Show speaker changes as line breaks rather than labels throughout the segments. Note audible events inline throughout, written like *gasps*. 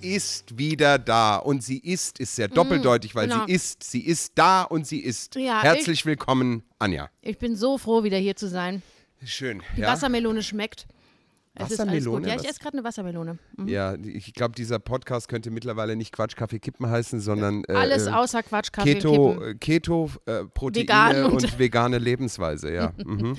ist wieder da. Und sie ist, ist sehr doppeldeutig, weil
Mhm, genau.
sie ist, sie ist da und sie ist.
Ja,
Herzlich willkommen, Anja.
Ich bin so froh, wieder hier zu sein.
Schön.
Die
ja?
Wassermelone schmeckt. Es Ist alles
Wassermelone?
gut. Ja,
Was-
ich esse gerade eine Wassermelone. Mhm.
ja, ich glaube, dieser Podcast könnte mittlerweile nicht Quatsch, Kaffee, Kippen heißen, sondern äh,
Alles
äh,
außer Quatsch, Kaffee und
Keto,
Kippen.
äh, Keto äh, Proteine
Vegan und-
und, vegane Lebensweise,
*laughs*
ja. mhm.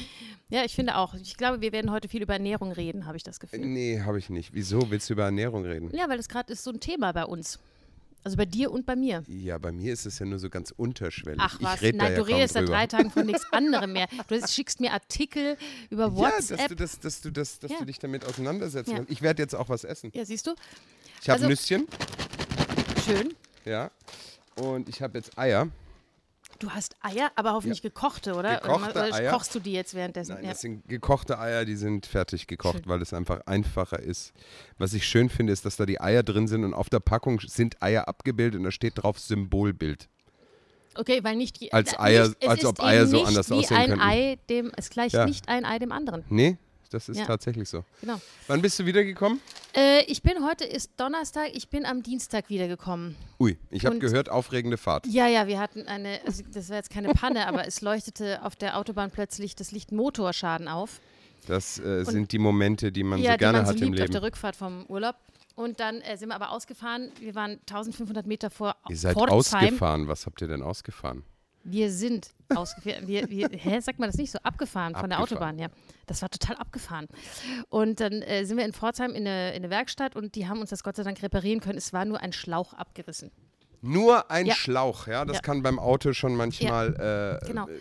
Ja, ich finde auch. Ich glaube, wir werden heute viel über Ernährung reden, habe ich das Gefühl.
Nee, habe ich nicht. Wieso willst du über Ernährung reden?
Ja, weil das gerade ist so ein Thema bei uns. Also bei dir und bei mir.
Ja, bei mir ist es ja nur so ganz unterschwellig.
Ach was,
ich rede da
nein,
ja
du
kaum
redest seit
drüber.
drei Tagen
*laughs*
von nichts anderem mehr. Du schickst mir Artikel über WhatsApp.
Ja, dass du, das, dass du, das, dass
Ja.
du dich damit auseinandersetzen
Ja.
kannst. Ich werde jetzt auch was essen.
Ja, siehst du?
Ich habe
Also-
Nüsschen,
Schön.
ja. Und ich habe jetzt Eier.
Du hast Eier, aber hoffentlich gekochte, oder?
Gekochte
oder
Eier.
kochst du die jetzt währenddessen?
Nein,
ja.
das sind gekochte Eier, die sind fertig gekocht,
Schön.
weil es einfach einfacher ist. Was ich schön finde, ist, dass da die Eier drin sind und auf der Packung sind Eier abgebildet und da steht drauf Symbolbild.
Okay, weil nicht je-
Als
da-
Eier-
nicht, es
als
ist
ob Eier
eben
so
nicht
anders
wie
aussehen
ein
könnten.
Ei dem es gleicht
Ja. Hm.
nicht ein Ei dem anderen.
Nee, das ist
Ja.
tatsächlich so.
Genau.
Wann bist du wiedergekommen?
Äh, ich bin heute ist Donnerstag, ich bin am Dienstag wiedergekommen.
Ui, ich habe
Und-
gehört, aufregende Fahrt.
Ja, ja, wir hatten eine also das war jetzt keine Panne, aber es leuchtete auf der Autobahn plötzlich das Licht Motorschaden auf.
Das äh, sind die Momente, die man
ja,
so gerne
die man
hat
so
im
liebt auf der
Leben.
Rückfahrt vom Urlaub. Und dann äh, sind wir aber ausgefahren. Wir waren 1500 Meter vor
Ihr seid
Pforzheim.
ausgefahren. Was habt ihr denn ausgefahren?
Wir sind ausgefahren. Wir, wir, hä, sagt man das nicht so? Abgefahren von der
Abgefahren.
Autobahn, ja. Das war total abgefahren. Und dann äh, sind wir in Pforzheim in eine, in eine Werkstatt und die haben uns das Gott sei Dank reparieren können. Es war nur ein Schlauch abgerissen.
Nur ein
Ja.
Schlauch, ja. Das
Ja.
kann beim Auto schon manchmal äh,
Genau.
äh,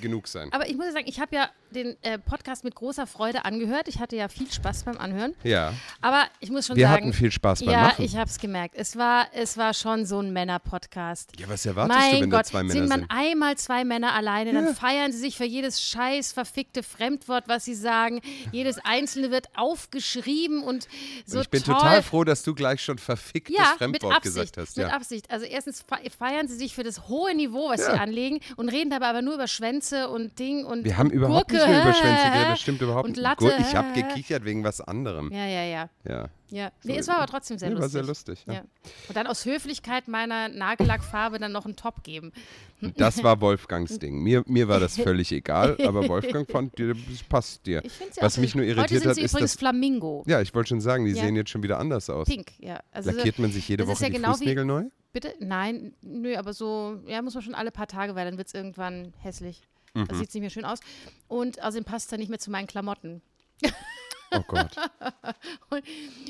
genug sein.
Aber ich muss ja sagen, ich habe ja den äh, Podcast mit großer Freude angehört. Ich hatte ja viel Spaß beim Anhören.
Ja,
Aber ich muss schon
wir
sagen.
hatten viel Spaß beim
ja,
Machen.
ich habe es gemerkt. Es war, es war schon so ein Männer-Podcast.
ja, was erwartest
mein
du, wenn
Gott,
da zwei
sind
Männer
man
sind?
einmal zwei Männer alleine, dann feiern sie sich für jedes scheiß verfickte Fremdwort, was sie sagen. Jedes einzelne wird aufgeschrieben und so
Und ich bin
toll.
total froh, dass du gleich schon verficktes
ja, mit
Fremdwort
Absicht,
gesagt hast.
mit
ja.
Absicht. Also erstens fe- feiern sie sich für das hohe Niveau, was sie anlegen und reden dabei aber nur über Schwänze und Ding und
Wir haben überhaupt
Gurke,
nicht mehr über Schwänze
hä, hä,
geredet, das stimmt überhaupt
und
nicht.
Latte,
Gut, ich
hä,
habe
hä.
gekriegt wegen was anderem.
Ja, ja, ja.
Ja.
*laughs* ja. Nee, es war aber trotzdem sehr
Nee, war
lustig.
sehr lustig, ja.
Und dann aus Höflichkeit meiner Nagellackfarbe dann noch einen Top geben.
Das war Wolfgangs Ding. Mir, mir war das völlig egal, aber Wolfgang fand, dir- das passt dir.
Ich find's ja
Was
auch
mich nur
lustig. Heute
irritiert
sind
hat,
sie
ist,
übrigens
dass.
Flamingo.
Ja, ich wollte schon sagen, die
Ja.
sehen jetzt schon wieder anders aus.
Pink, ja. Also,
Lackiert man sich jede
das ist
Woche
ja
die
genau wie-
Fußnägel neu?
Bitte? Nein, nö, aber so, ja, muss man schon alle paar Tage, weil dann wird es irgendwann hässlich.
Mhm.
Das sieht nicht mehr schön aus. Und außerdem passt es dann nicht mehr zu meinen Klamotten. *laughs*
Oh Gott.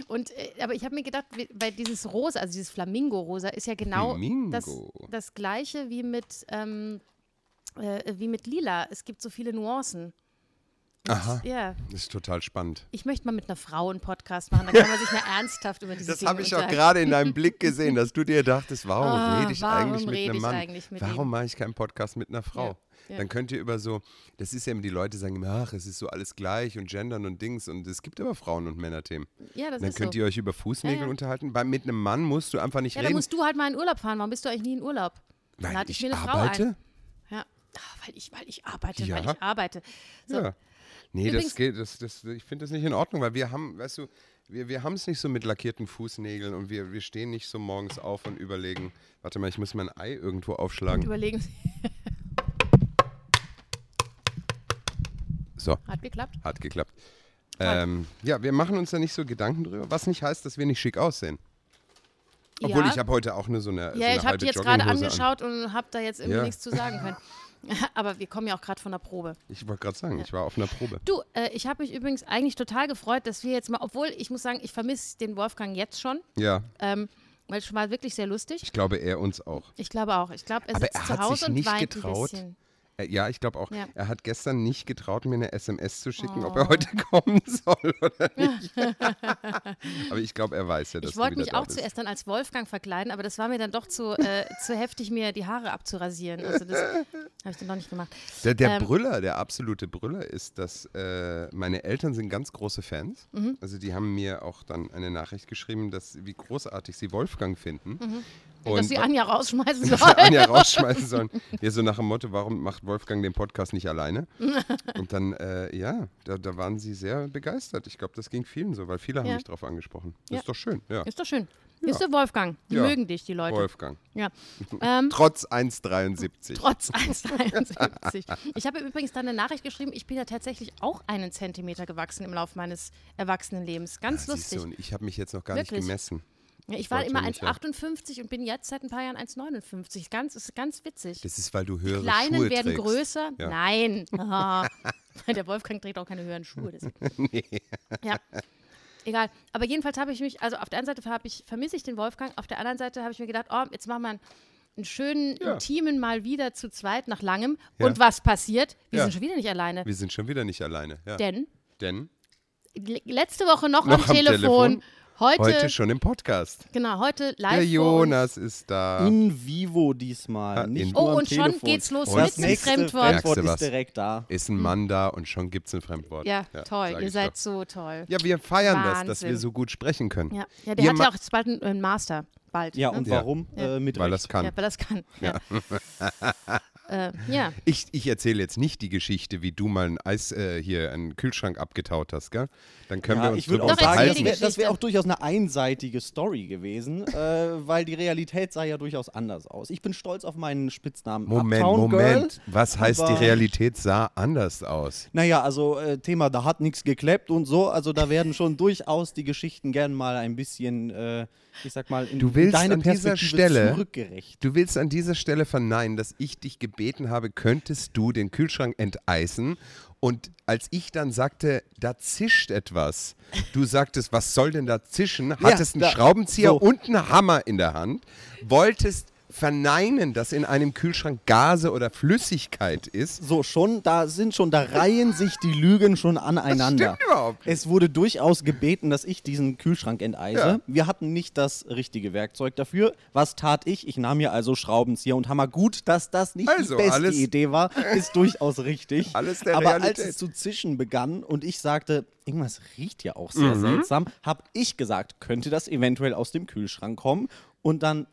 Und, äh, aber ich habe mir gedacht, wie- weil dieses Rosa, also dieses Flamingo-Rosa, ist ja genau das,
Flamingo.
das Gleiche wie mit, ähm, äh, wie mit Lila. Es gibt so viele Nuancen.
Aha.
Ja,
Das ist total spannend.
ich möchte mal mit einer Frau einen Podcast machen, da kann man sich mal ernsthaft über diese
Das
Dinge
habe ich auch
unterhalten.
gerade in deinem Blick gesehen, dass du dir
*laughs*
dachtest, warum
Ah,
rede ich
warum
eigentlich mit
rede
einem
ich
Mann?
eigentlich mit ihm?
warum mache ich keinen Podcast mit einer Frau?
Ja, ja.
Dann könnt ihr über so, das ist ja immer, die Leute sagen immer, ach, es ist so alles gleich und Gendern und Dings und es gibt aber Frauen- und Männerthemen.
Ja, das
Dann
ist
könnt
so.
ihr euch über Fußnägel
Ja, ja.
unterhalten. Bei, mit einem Mann musst du einfach nicht
Ja, dann
reden.
musst du halt mal in Urlaub fahren. Warum bist du eigentlich nie in Urlaub? Dann
Weil
lade
ich
mir eine Frau
arbeite.
ein. Ja, Ah, weil ich, weil ich arbeite, weil
Ja.
ich arbeite. So,
Ja. Nee,
Übrigens-
das geht, das, das, ich finde das nicht in Ordnung, weil wir haben, weißt du, wir, wir haben es nicht so mit lackierten Fußnägeln und wir, wir stehen nicht so morgens auf und überlegen, warte mal, ich muss mein Ei irgendwo aufschlagen.
überlegen Sie.
So,
Hat geklappt.
hat geklappt. Ähm, ja, wir machen uns da nicht so Gedanken drüber, was nicht heißt, dass wir nicht schick aussehen. Obwohl
ja.
ich habe heute auch nur so eine, so
Ja,
eine
ich habe
halbe
die jetzt gerade
Jogginghose An.
angeschaut und habe da jetzt irgendwie
Ja.
nichts zu sagen können. *laughs* Aber wir kommen ja auch gerade von der Probe.
Ich wollte gerade sagen, ich war auf einer Probe.
Du, äh, ich habe mich übrigens eigentlich total gefreut, dass wir jetzt mal, obwohl ich muss sagen, ich vermisse den Wolfgang jetzt schon,
Ja,
ähm, weil es war wirklich sehr lustig.
ich glaube, er uns auch.
Ich glaube auch. Ich glaube, er
Aber
sitzt
er
zu
hat
Hause
sich
und
nicht
weint
getraut.
ein bisschen.
Äh, Ja, ich glaube auch.
Ja. Oh.
Er hat gestern nicht getraut, mir eine SMS zu schicken, ob er heute *laughs* kommen soll
*laughs*
oder nicht. Aber ich glaube, er weiß ja, dass
Ich
du
wollte
wieder
mich
da
auch
bist.
zuerst dann als Wolfgang verkleiden, aber das war mir dann doch zu, äh, zu heftig, mir die Haare abzurasieren. Also
*laughs*
das habe ich dann noch nicht gemacht.
Der, der
ähm,
Brüller, der absolute Brüller ist, dass äh, meine Eltern sind ganz große Fans.
Mhm.
Also die haben mir auch dann eine Nachricht geschrieben, dass wie großartig sie Wolfgang finden.
Und Mhm. dass sie
Anja,
Anja
*laughs*
rausschmeißen
dass sie
soll.
Anja rausschmeißen sollen. Ja, so nach dem Motto, warum macht Wolfgang den Podcast nicht
*laughs*
alleine? Und dann, äh, ja, da, da waren sie sehr begeistert. Ich glaube, das ging vielen so, weil viele haben
Ja.
mich darauf angesprochen. Das
Ja.
ist doch schön, ja.
*laughs* Ist doch schön. Bist du Wolfgang? Die
Ja.
mögen dich, die Leute.
Wolfgang. *laughs*
Ja. Ähm,
Trotz 1,73.
trotz *laughs* 1,73. Ich habe ihm übrigens dann eine Nachricht geschrieben, ich bin ja tatsächlich auch einen Zentimeter gewachsen im Laufe meines Erwachsenenlebens. Ganz
Ah, siehst
lustig.
du, und ich habe mich jetzt noch gar nicht
Wirklich.
gemessen.
Ja, ich war
Wollte
immer
nicht, ja.
1,58 und bin jetzt seit ein paar Jahren 1,59. Ganz, ist ganz witzig.
Das ist, weil du höhere
Kleinen
Also Schuhe
werden
trägst.
größer.
Ja. *laughs*
Nein. Ah. Der Wolfgang trägt auch keine höheren Schuhe. Deswegen. Ja. Egal. Aber jedenfalls habe ich mich, also auf der einen Seite habe ich, vermisse ich den Wolfgang, auf der anderen Seite habe ich mir gedacht, oh, jetzt machen wir einen, einen schönen,
Ja.
intimen Mal wieder zu zweit nach langem.
Ja.
Und was passiert? Wir
Ja.
sind schon wieder nicht alleine.
Wir sind schon wieder nicht alleine. Ja.
Denn
Denn
le- letzte Woche noch,
Noch
am,
am
Telefon.
Telefon.
Heute,
heute schon im Podcast.
genau, heute live.
Der
vor uns.
Jonas ist da.
Mhm.
In vivo diesmal.
Ah, in-
nicht
Oh,
nur am
und schon
Telefon.
geht's los
Und
mit
das
dem
nächste
Fremdwort.
Fremdwort
Merkst du was?
ist direkt da.
Ist ein Mann da und schon gibt es ein Fremdwort.
Ja, toll.
sag
Ihr
ich
seid
doch.
so toll.
Ja, wir feiern das, dass
Wahnsinn.
wir so gut sprechen können.
Ja, ja der
Ihr
hat
ma-
ja auch jetzt bald einen, einen Master. Bald.
Ja,
ne?
und
Ja.
warum?
Ja.
Äh, mit
weil
Recht.
das kann.
Ja, weil das kann. Ja.
*laughs*
Ja. äh, ja.
Ich, ich erzähle jetzt nicht die Geschichte, wie du mal ein Eis äh, hier einen Kühlschrank abgetaut hast, gell? Dann können wir
Ja,
uns
ich würde
drüber
auch
Doch, erzähl
sagen,
die
das
unterhalten.
wäre
Geschichte.
wär auch durchaus eine einseitige Story gewesen, äh, weil die Realität sah ja durchaus anders aus. Ich bin stolz auf meinen Spitznamen
Moment,
Uptown
Moment.
Girl,
Was heißt die
aber-
Realität sah anders aus?
Naja, also äh, Thema, da hat nichts geklappt und so. Also da werden schon durchaus die Geschichten gern mal ein bisschen, äh, ich sag mal, in
Du willst
deine
an dieser
Perspektive
Stelle-
zurückgerecht.
Du willst an dieser Stelle verneinen, dass ich dich gebeten habe, könntest du den Kühlschrank enteisen? Und als ich dann sagte, da zischt etwas, du sagtest, was soll denn da zischen? Hattest einen
da-
Schraubenzieher
so.
und einen Hammer in der Hand, wolltest verneinen, dass in einem Kühlschrank Gase oder Flüssigkeit ist.
So, schon, da sind schon, da reihen sich die Lügen schon aneinander.
Das stimmt überhaupt
Es wurde durchaus gebeten, dass ich diesen Kühlschrank enteise.
Ja.
Wir hatten nicht das richtige Werkzeug dafür. Was tat ich? Ich nahm mir also Schraubenzieher und Hammer. Gut, dass das nicht
Also,
die beste
alles- *laughs*
Idee war, ist durchaus richtig.
Alles der
Aber als
Realität.
es zu zischen begann und ich sagte, irgendwas riecht ja auch
Mhm.
sehr seltsam, habe ich gesagt, könnte das eventuell aus dem Kühlschrank kommen und dann.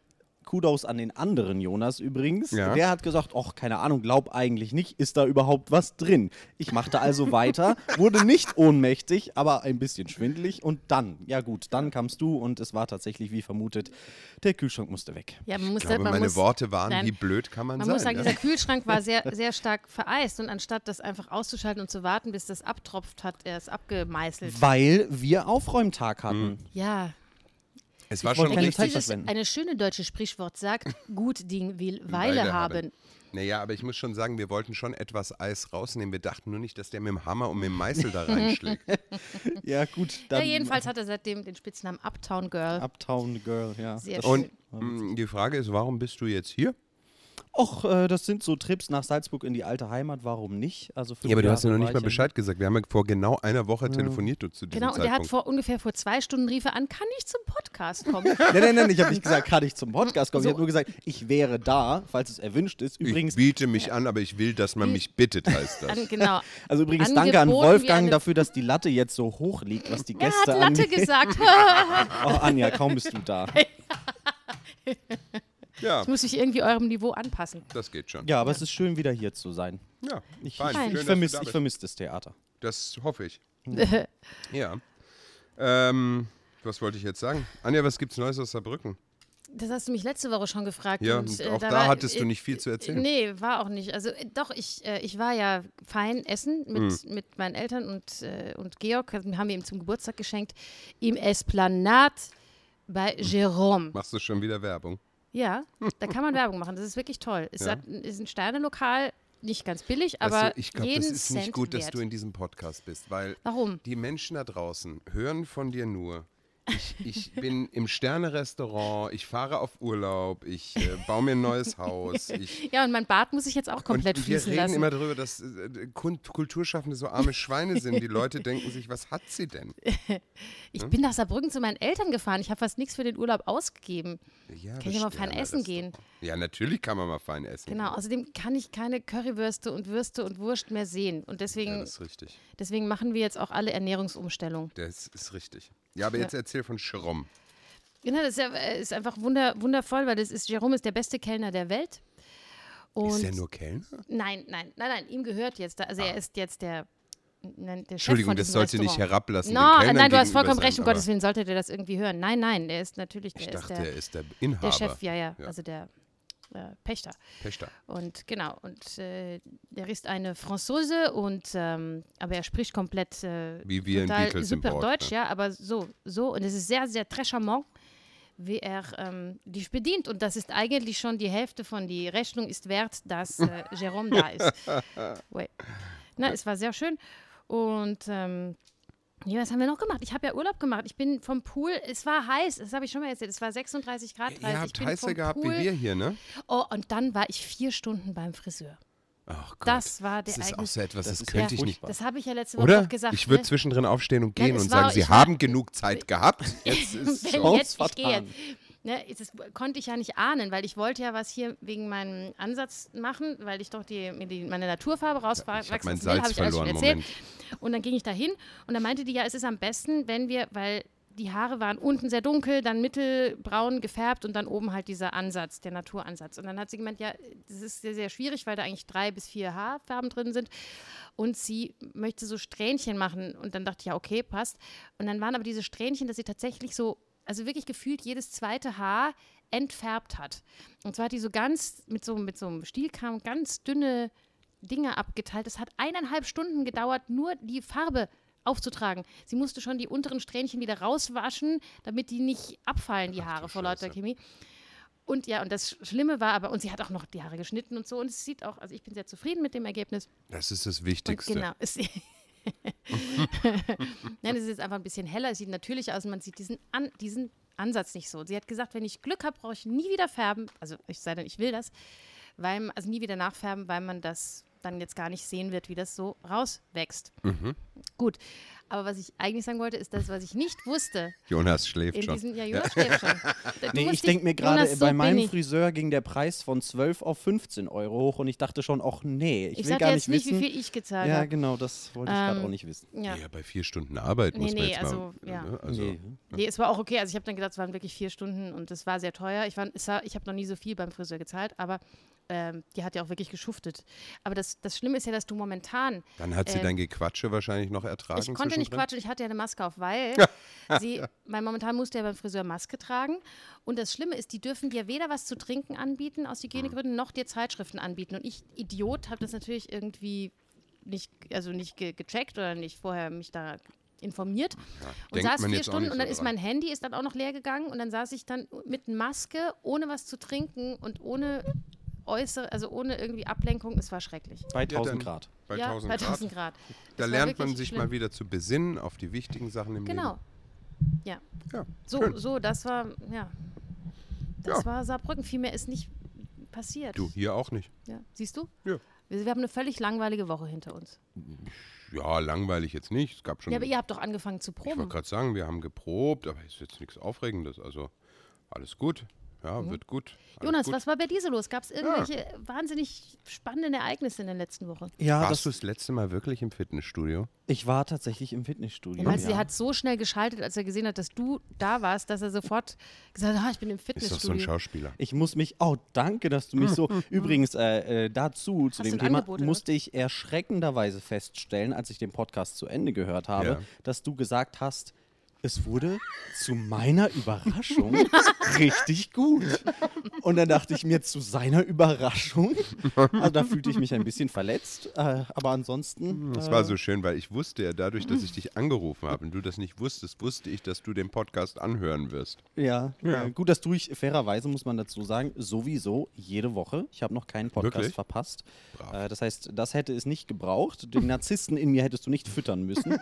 Kudos an den anderen Jonas übrigens.
Ja.
Der hat gesagt, ach, keine Ahnung, glaub eigentlich nicht, ist da überhaupt was drin. Ich machte also weiter,
*laughs*
wurde nicht ohnmächtig, aber ein bisschen schwindelig und dann, ja gut, dann kamst du und es war tatsächlich wie vermutet, der Kühlschrank musste weg.
ja, man muss halt,
Ich glaube,
man
meine
muss,
Worte waren,
Nein.
wie blöd kann man,
Man
sein?
muss sagen,
ne?
dieser Kühlschrank
*laughs*
war sehr, sehr stark vereist und anstatt das einfach auszuschalten und zu warten, bis das abtropft, hat er es
Hm.
abgemeißelt.
Weil wir Aufräumtag hatten.
Mhm.
Ja,
es war
Ich wollte
schon
keine
richtig.
Zeit
dieses,
verschwenden.
eine schöne deutsche
*laughs*
Sprichwort sagt, gut Ding will Weile, haben.
Naja, aber ich muss schon sagen, wir wollten schon etwas Eis rausnehmen. Wir dachten nur nicht, dass der mit dem Hammer und mit dem Meißel
*laughs*
da reinschlägt.
Ja gut,
Ja,
dann
jedenfalls hat er seitdem den Spitznamen Uptown Girl.
Uptown Girl, ja.
Sehr
Das-
schön.
Und mh, die Frage ist, warum bist du jetzt hier?
Och, äh, das sind so Trips nach Salzburg in die alte Heimat, warum nicht? Also fünf
Ja, aber du
Jahre
hast ja noch nicht mal
war ich
Bescheid gesagt. Wir haben ja vor genau einer Woche telefoniert du zu diesem
Genau, und er
Zeitpunkt.
hat vor ungefähr vor zwei Stunden rief er an, kann ich zum Podcast
*laughs*
kommen?
in- Nein, nein, nein, ich habe nicht gesagt, kann ich zum Podcast kommen.
So.
Ich habe nur gesagt, ich wäre da, falls es erwünscht ist. Übrigens,
Also ich biete mich an, aber ich will, dass man mich bittet, heißt das.
An, genau.
Also übrigens danke an
Angeboten wie
Wolfgang
eine-
dafür, dass die Latte jetzt so hoch liegt, was die
Er hat
Gäste
Latte
angeht. *laughs*
gesagt.
Oh, Anja, kaum bist du
*laughs*
da.
Ja,
Ich muss mich irgendwie eurem Niveau anpassen.
das geht schon.
Ja, aber es ist schön, wieder hier zu sein.
Ja,
Ich,
fein.
Fein.
Schön,
ich,
dass du
vermisse
da
ich
bist.
vermiss das Theater.
Das hoffe *laughs* ich. Ja. Ähm, was wollte ich jetzt sagen? Anja, was gibt's Neues aus Saarbrücken?
Das hast du mich letzte Woche schon gefragt.
Ja,
und,
und
äh,
auch da,
war-
hattest
äh,
du nicht viel zu erzählen.
Nee, war auch nicht. Also äh, doch, ich, äh, ich war ja fein essen mit,
Mhm.
mit meinen Eltern und, äh, und Georg, haben wir ihm zum Geburtstag geschenkt, im Esplanat bei
Hm.
Jérôme.
Machst du schon wieder Werbung? *laughs*
Ja, da kann man Werbung machen, das ist wirklich toll. Es
Ja.
hat, ist ein Sternenlokal, nicht ganz billig, aber
weißt du, ich glaube,
jeden
das ist nicht
Cent
gut,
wert.
dass du in diesem Podcast bist, weil
Warum?
die Menschen da draußen hören von dir nur. Ich,
*laughs*
ich bin im Sterne-Restaurant, ich fahre auf Urlaub, ich äh, baue mir ein neues
*laughs*
Haus, ich
Ja, und mein Bart muss ich jetzt auch komplett
und wir
fließen
reden
lassen.
immer darüber, dass äh, Kun- Kulturschaffende so arme Schweine sind. Die Leute denken sich, was hat sie denn?
ich bin nach Saarbrücken zu meinen Eltern gefahren, ich habe fast nichts für den Urlaub ausgegeben.
Ja,
Kann
das
ich mal fein
Sterne-
essen
Restaurant.
gehen?
Ja, natürlich kann man mal fein essen.
Genau,
gehen.
außerdem kann ich keine Currywürste und Würste und Wurst mehr sehen. Und
Ja,
deswegen,
das ist richtig.
deswegen machen wir jetzt auch alle Ernährungsumstellung.
Das ist richtig. Ja, aber jetzt erzähl von Schrom.
Genau, das ist, ja, äh, ist einfach wunder, wundervoll, weil das ist, Jerome ist der beste Kellner der Welt. Und
Ist der nur Kellner?
nein, nein, nein, nein, ihm gehört jetzt, also er ist jetzt der nein, der Chef
Entschuldigung,
von
das
diesem
sollte nicht
Restaurant.
herablassen.
No,
den Kellnern
nein, du hast
gegenüber
vollkommen
sein,
recht, um
aber
Gottes Willen sollte der das irgendwie hören. Nein, nein, der ist natürlich, der
Ich
ist
dachte,
der,
er ist der Inhaber.
der Chef, ja, ja,
Ja.
also der äh, Pächter.
Pächter.
Und genau, und äh, er ist eine Franzose und ähm, aber er spricht komplett äh,
Wie wir in
total
Beatles im
super
Port,
Deutsch,
ne?
ja, aber so, so und es ist sehr, sehr très charmant, wie er ähm, dich bedient und das ist eigentlich schon die Hälfte von die Rechnung ist wert, dass äh, Jerome da ist.
*laughs*
Ouais. Na, es war sehr schön und ähm, ja, was haben wir noch gemacht? Ich habe ja Urlaub gemacht. Ich bin vom Pool, es war heiß, das habe ich schon mal erzählt, es war 36 Grad.
Ihr
heiß. ich
habt
bin
heißer
vom
gehabt
Pool.
wie wir hier, ne?
Oh, und dann war ich vier Stunden beim Friseur.
Ach Oh Gott.
Das war der
das ist auch
eigentliche-
so etwas,
Das
das,
ist
könnte
ja
ich nicht.
Das habe ich ja letzte Woche
Oder?
auch gesagt.
ich würde
ne?
zwischendrin aufstehen und
Nein,
gehen
es
und
war-
sagen, sie
ich war-
haben genug Zeit gehabt. Jetzt ist
*laughs* Wenn
so.
jetzt, ich gehe
vertan.
jetzt. Ne, das konnte ich ja nicht ahnen, weil ich wollte ja was hier wegen meinem Ansatz machen, weil ich doch die, mir die, meine Naturfarbe
Ich habe
rauswachsen
mein
will, habe
Salz
ich alles schon
verloren.
erzählt.
Moment.
Und dann ging ich da hin und dann meinte die, ja, es ist am besten, wenn wir, weil die Haare waren unten sehr dunkel, dann mittelbraun gefärbt und dann oben halt dieser Ansatz, der Naturansatz. Und dann hat sie gemeint, ja, das ist sehr, sehr schwierig, weil da eigentlich drei bis vier Haarfarben drin sind. Und sie möchte so Strähnchen machen. Und dann dachte ich, ja, okay, passt. Und dann waren aber diese Strähnchen, dass sie tatsächlich so, also wirklich gefühlt jedes zweite Haar entfärbt hat. Und zwar hat die so ganz, mit so, mit so einem Stielkamm ganz dünne Dinge abgeteilt. Es hat eineinhalb Stunden gedauert, nur die Farbe aufzutragen. Sie musste schon die unteren Strähnchen wieder rauswaschen, damit die nicht abfallen, die
Ach du
Haare vor lauter
Scheiße.
Chemie. Und ja, und das Schlimme war aber, und sie hat auch noch die Haare geschnitten und so. Und es sieht auch, also ich bin sehr zufrieden mit dem Ergebnis.
Das ist das
Und
Wichtigste.
Genau. *laughs* Es, Nein, es ist jetzt einfach ein bisschen heller, es sieht natürlicher aus und man sieht diesen, An diesen Ansatz nicht so. Sie hat gesagt, wenn ich Glück habe, brauche ich nie wieder färben, also ich sei denn, ich will das, weil, also nie wieder nachfärben, weil man das dann jetzt gar nicht sehen wird, wie das so rauswächst. Gut, aber was ich eigentlich sagen wollte, ist das, was ich nicht wusste
Jonas schläft
in
schon.
diesem, ja, Jonas schläft *laughs* schon. Du
Nee,
musst dich-
ich denke mir gerade,
Jonas, so
bei
bin
meinem
ich.
Friseur ging der Preis von 12 auf 15 Euro hoch und ich dachte schon, ach nee, ich,
Ich
will
sag dir
gar
jetzt
nicht
nicht,
wissen.
wie viel ich gezahlt
ja,
habe.
genau, das wollte ich gerade
Ähm,
auch nicht wissen.
Ja.
Ja, bei vier Stunden Arbeit
Nee,
muss man
nee,
jetzt
also,
mal.
ja.
ne, also,
nee.
Nee, es war auch okay. Also ich habe dann gedacht, es waren wirklich vier Stunden und es war sehr teuer. Ich, war, es war, ich habe noch nie so viel beim Friseur gezahlt, aber ähm, die hat ja auch wirklich geschuftet. Aber das, das Schlimme ist ja, dass du momentan,
Dann hat sie
Ähm,
dein Gequatsche wahrscheinlich noch ertragen.
ich konnte nicht
zwischendrin.
quatschen, ich hatte ja eine Maske auf, weil sie, weil momentan musste ja beim Friseur Maske tragen. Und das Schlimme ist, die dürfen dir weder was zu trinken anbieten aus Hygienegründen, noch dir Zeitschriften anbieten. Und ich, Idiot, habe das natürlich irgendwie nicht, also nicht ge gecheckt oder nicht vorher mich da informiert und
denkt
saß
man
vier
jetzt auch
Stunden
nicht
und dann
so
ist
dran.
mein Handy ist dann auch noch leer gegangen und dann saß ich dann mit Maske ohne was zu trinken und ohne äußere also ohne irgendwie Ablenkung es war schrecklich
Bei
Ja,
1000
dann-
Grad.
Bei
ja
1000
bei
Grad.
1000
*laughs*
Grad
Da
Es war
lernt man
wirklich
sich
schlimm.
mal wieder zu besinnen auf die wichtigen Sachen im
genau ja
Leben. Ja, Hm. schön.
so so das war ja das
Ja.
war Saarbrücken viel mehr ist nicht passiert
Du, hier auch nicht.
ja. siehst du
Ja.
wir, wir haben eine völlig langweilige Woche hinter uns
ja, langweilig jetzt nicht. Es gab schon.
ja aber ihr habt doch angefangen zu
ich wollte
proben
gerade sagen, wir haben geprobt, aber ist jetzt nichts Aufregendes. Also alles gut. Ja, wird gut. Alles
Jonas
gut.
was war bei dir so los gab es irgendwelche wahnsinnig spannenden Ereignisse in den letzten Wochen
Ja,
Ah, Warst
das,
du das letzte Mal wirklich im Fitnessstudio?
ich war tatsächlich im Fitnessstudio.
Ja, meinst du, Also
ja.
sie hat so schnell geschaltet, als er gesehen hat, dass du da warst, dass er sofort gesagt hat, ah, ich bin im
Ist doch so ein
Fitnessstudio.
Schauspieler.
Ich muss mich, oh danke, dass du
*laughs*
mich so, übrigens äh, äh,
Mhm.
dazu, zu
Hast du
dem
ein
Thema,
Angebot, oder
musste ich erschreckenderweise feststellen, als ich den Podcast zu Ende gehört habe,
Ja.
dass du gesagt hast, es wurde zu meiner
*laughs*
Überraschung richtig gut. Und dann dachte ich mir, zu seiner
*laughs*
Überraschung, also da fühlte ich mich ein bisschen verletzt, äh, aber ansonsten, äh,
Das war so schön, weil ich wusste ja dadurch, dass ich dich angerufen habe und du das nicht wusstest, wusste ich, dass du den Podcast anhören wirst.
ja, Äh, gut, das tue ich fairerweise, muss man dazu sagen, sowieso jede Woche. Ich habe noch keinen Podcast
Wirklich?
verpasst. Äh, das heißt, das hätte es nicht gebraucht.
*laughs*
Den Narzissten in mir hättest du nicht füttern müssen.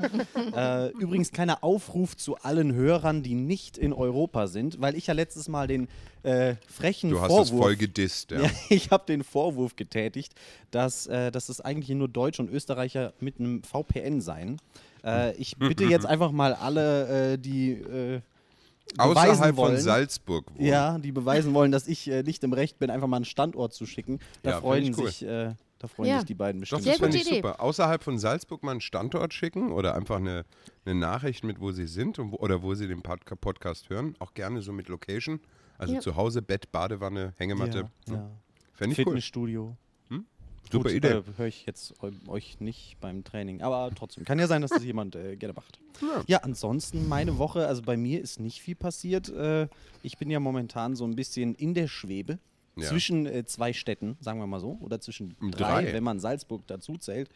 äh, übrigens, kleiner Aufruf zu allen Hörern, die nicht in Europa sind, weil ich ja letztes Mal den äh, frechen
Du hast
Vorwurf...
es voll gedisst. Ja.
Ja, *laughs* ich habe den Vorwurf getätigt, dass, äh, dass es eigentlich nur Deutsche und Österreicher mit einem VPN seien. Äh,
Hm.
ich bitte jetzt einfach mal alle, äh, die äh,
Außerhalb
beweisen
von
wollen,
Salzburg. wohnen.
ja, die beweisen wollen, dass ich äh, nicht im Recht bin, einfach mal einen Standort zu schicken. Da
Ja, find
freuen
ich cool.
sich, äh, da freuen
Ja.
sich die beiden
Doch,
bestimmt.
das
Sehr
finde
gute
ich
Idee.
super. Außerhalb von Salzburg mal einen Standort schicken oder einfach eine, eine Nachricht mit, wo sie sind und wo, oder wo sie den Pod Podcast hören. Auch gerne so mit Location. Also
Ja.
zu Hause, Bett, Badewanne, Hängematte.
ja, ja.
Fände ich cool.
Fitnessstudio.
Super
Gut,
Idee.
Äh, Höre ich jetzt eu- euch nicht beim Training. Aber trotzdem, kann ja
*laughs*
sein, dass das jemand äh, gerne macht. Ja. ansonsten meine Woche, also bei mir ist nicht viel passiert. Äh, ich bin ja momentan so ein bisschen in der Schwebe.
Ja.
Zwischen äh, zwei Städten, sagen wir mal so, oder zwischen
Drei.
drei, wenn man Salzburg dazu zählt.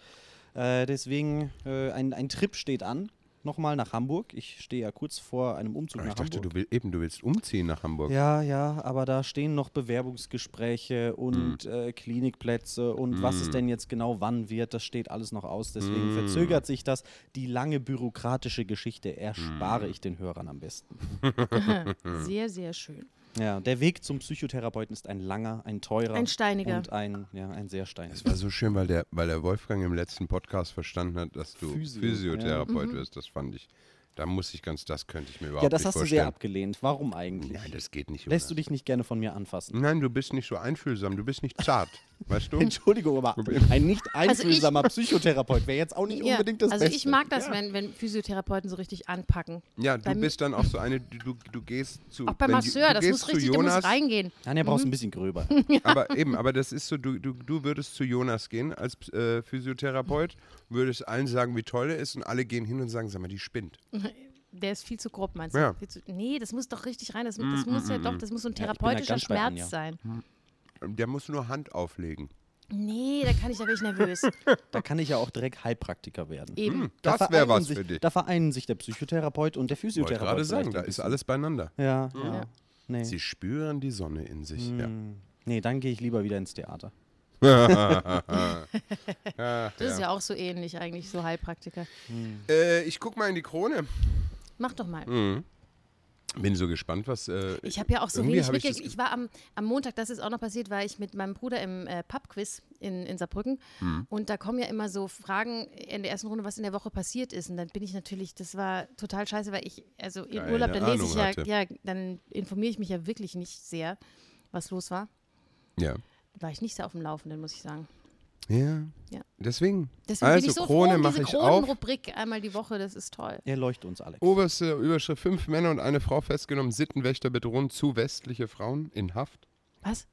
Äh, deswegen, äh, ein, ein Trip steht an, nochmal nach Hamburg. Ich stehe ja kurz vor einem Umzug
Aber
nach
Ah, ich dachte,
Hamburg.
du, will, eben, du willst umziehen nach Hamburg.
Ja, ja, aber da stehen noch Bewerbungsgespräche und
Mhm.
äh, Klinikplätze und was es denn jetzt genau wann wird, das steht alles noch aus. Deswegen
Mhm.
verzögert sich das. Die lange bürokratische Geschichte erspare
Mhm.
ich den Hörern am besten.
Sehr, sehr schön.
Ja, der Weg zum Psychotherapeuten ist ein langer, ein teurer.
Ein steiniger.
Und ein, ja, ein sehr steiniger.
Es war so schön, weil der, weil der Wolfgang im letzten Podcast verstanden hat, dass du
Physio,
Mhm.
Physiotherapeut wirst. Das fand ich, da muss ich ganz, das könnte ich mir überhaupt
Ja, das
nicht
hast du
vorstellen.
sehr abgelehnt. Warum eigentlich?
Nein, das geht nicht.
Lässt du
Jonas.
dich nicht gerne von mir anfassen?
Nein, du bist nicht so einfühlsam, du bist nicht zart, weißt du?
*laughs* Entschuldigung, aber ein nicht
Also ich-
einfühlsamer Psychotherapeut wäre jetzt auch nicht
Ja,
unbedingt das
also
Beste.
ich mag das, wenn, wenn Physiotherapeuten so richtig anpacken.
Ja,
Bei
du
mi-
bist dann auch so eine, du, du, du gehst zu
Auch beim
wenn du-
Masseur,
du
das
gehst
muss
zu
richtig, der muss
Jonas,
*laughs* reingehen.
Ja, nee,
Mhm.
brauchst ein bisschen gröber.
Aber eben, aber das ist so, du, du, du würdest zu Jonas gehen als äh, Physiotherapeut, würdest allen sagen, wie toll er ist und alle gehen hin und sagen, sag mal, die spinnt.
Der ist viel zu grob, meinst du?
Ja. Mhm,
Viel zu, nee, das muss doch richtig rein. Das, das muss ja doch, das muss so ein
Ja, ich bin da
therapeutischer
ganz bei
Schmerz
Anja. Mhm.
sein.
Der muss nur Hand auflegen.
Nee, da kann ich, da bin
*laughs*
ich nervös.
Da kann ich ja auch direkt Heilpraktiker werden.
Eben.
Da
Das wäre
vereinen
was
sich,
für dich.
Da vereinen sich der Psychotherapeut und der
Ich wollte
Physiotherapeut.
gerade sagen,
vielleicht
da
ein
ist
bisschen.
alles beieinander.
Ja, ja. Nee.
Sie spüren die Sonne in sich.
Hm. nee, dann gehe ich lieber wieder ins Theater.
Das ist ja auch so ähnlich eigentlich, so Heilpraktiker.
Ja. Äh, ich guck mal in die Krone.
Mach doch mal.
Bin so gespannt, was. Äh,
Ich habe ja auch so
irgendwie
wenig
hab
mitgekriegt.
das
Ich, war am, am Montag, das ist auch noch passiert, war ich mit meinem Bruder im äh, Pub-Quiz in, in Saarbrücken.
Mhm.
Und da kommen ja immer so Fragen in der ersten Runde, was in der Woche passiert ist. Und dann bin ich natürlich, das war total scheiße, weil ich, also im
Keine
Urlaub, dann lese ich
Ahnung
ja,
hatte.
ja, dann informiere ich mich ja wirklich nicht sehr, was los war.
ja.
War ich nicht sehr auf dem Laufenden, muss ich sagen.
ja.
Ja.
Deswegen.
Deswegen
also,
bin ich so
Krone
froh um
mache
diese
ich auf.
Kronenrubrik einmal die Woche, das ist toll.
Er leuchtet uns, Alex.
Oberste Überschrift: Fünf Männer und eine Frau festgenommen. Sittenwächter bedrohen zu westliche Frauen in Haft.
Was?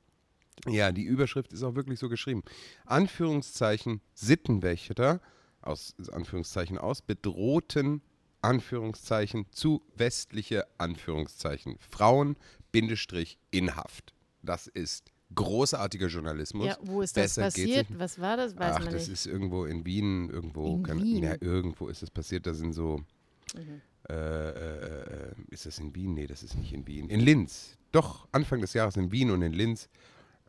Ja, die Überschrift ist auch wirklich so geschrieben. Anführungszeichen Sittenwächter, aus Anführungszeichen aus, bedrohten Anführungszeichen zu westliche Anführungszeichen Frauen, Bindestrich, in Haft. Das ist großartiger Journalismus.
Ja, wo ist das
Besser geht's
passiert?
nicht.
Was war das? Weiß
Ach,
man
das
nicht.
ist irgendwo in Wien, irgendwo.
In
keine-
Wien? Mhm.
Ja, irgendwo ist das passiert. Da sind so. Äh, äh, äh, ist das in Wien? Nee, das ist nicht in Wien. In Linz. Doch, Anfang des Jahres in Wien und in Linz.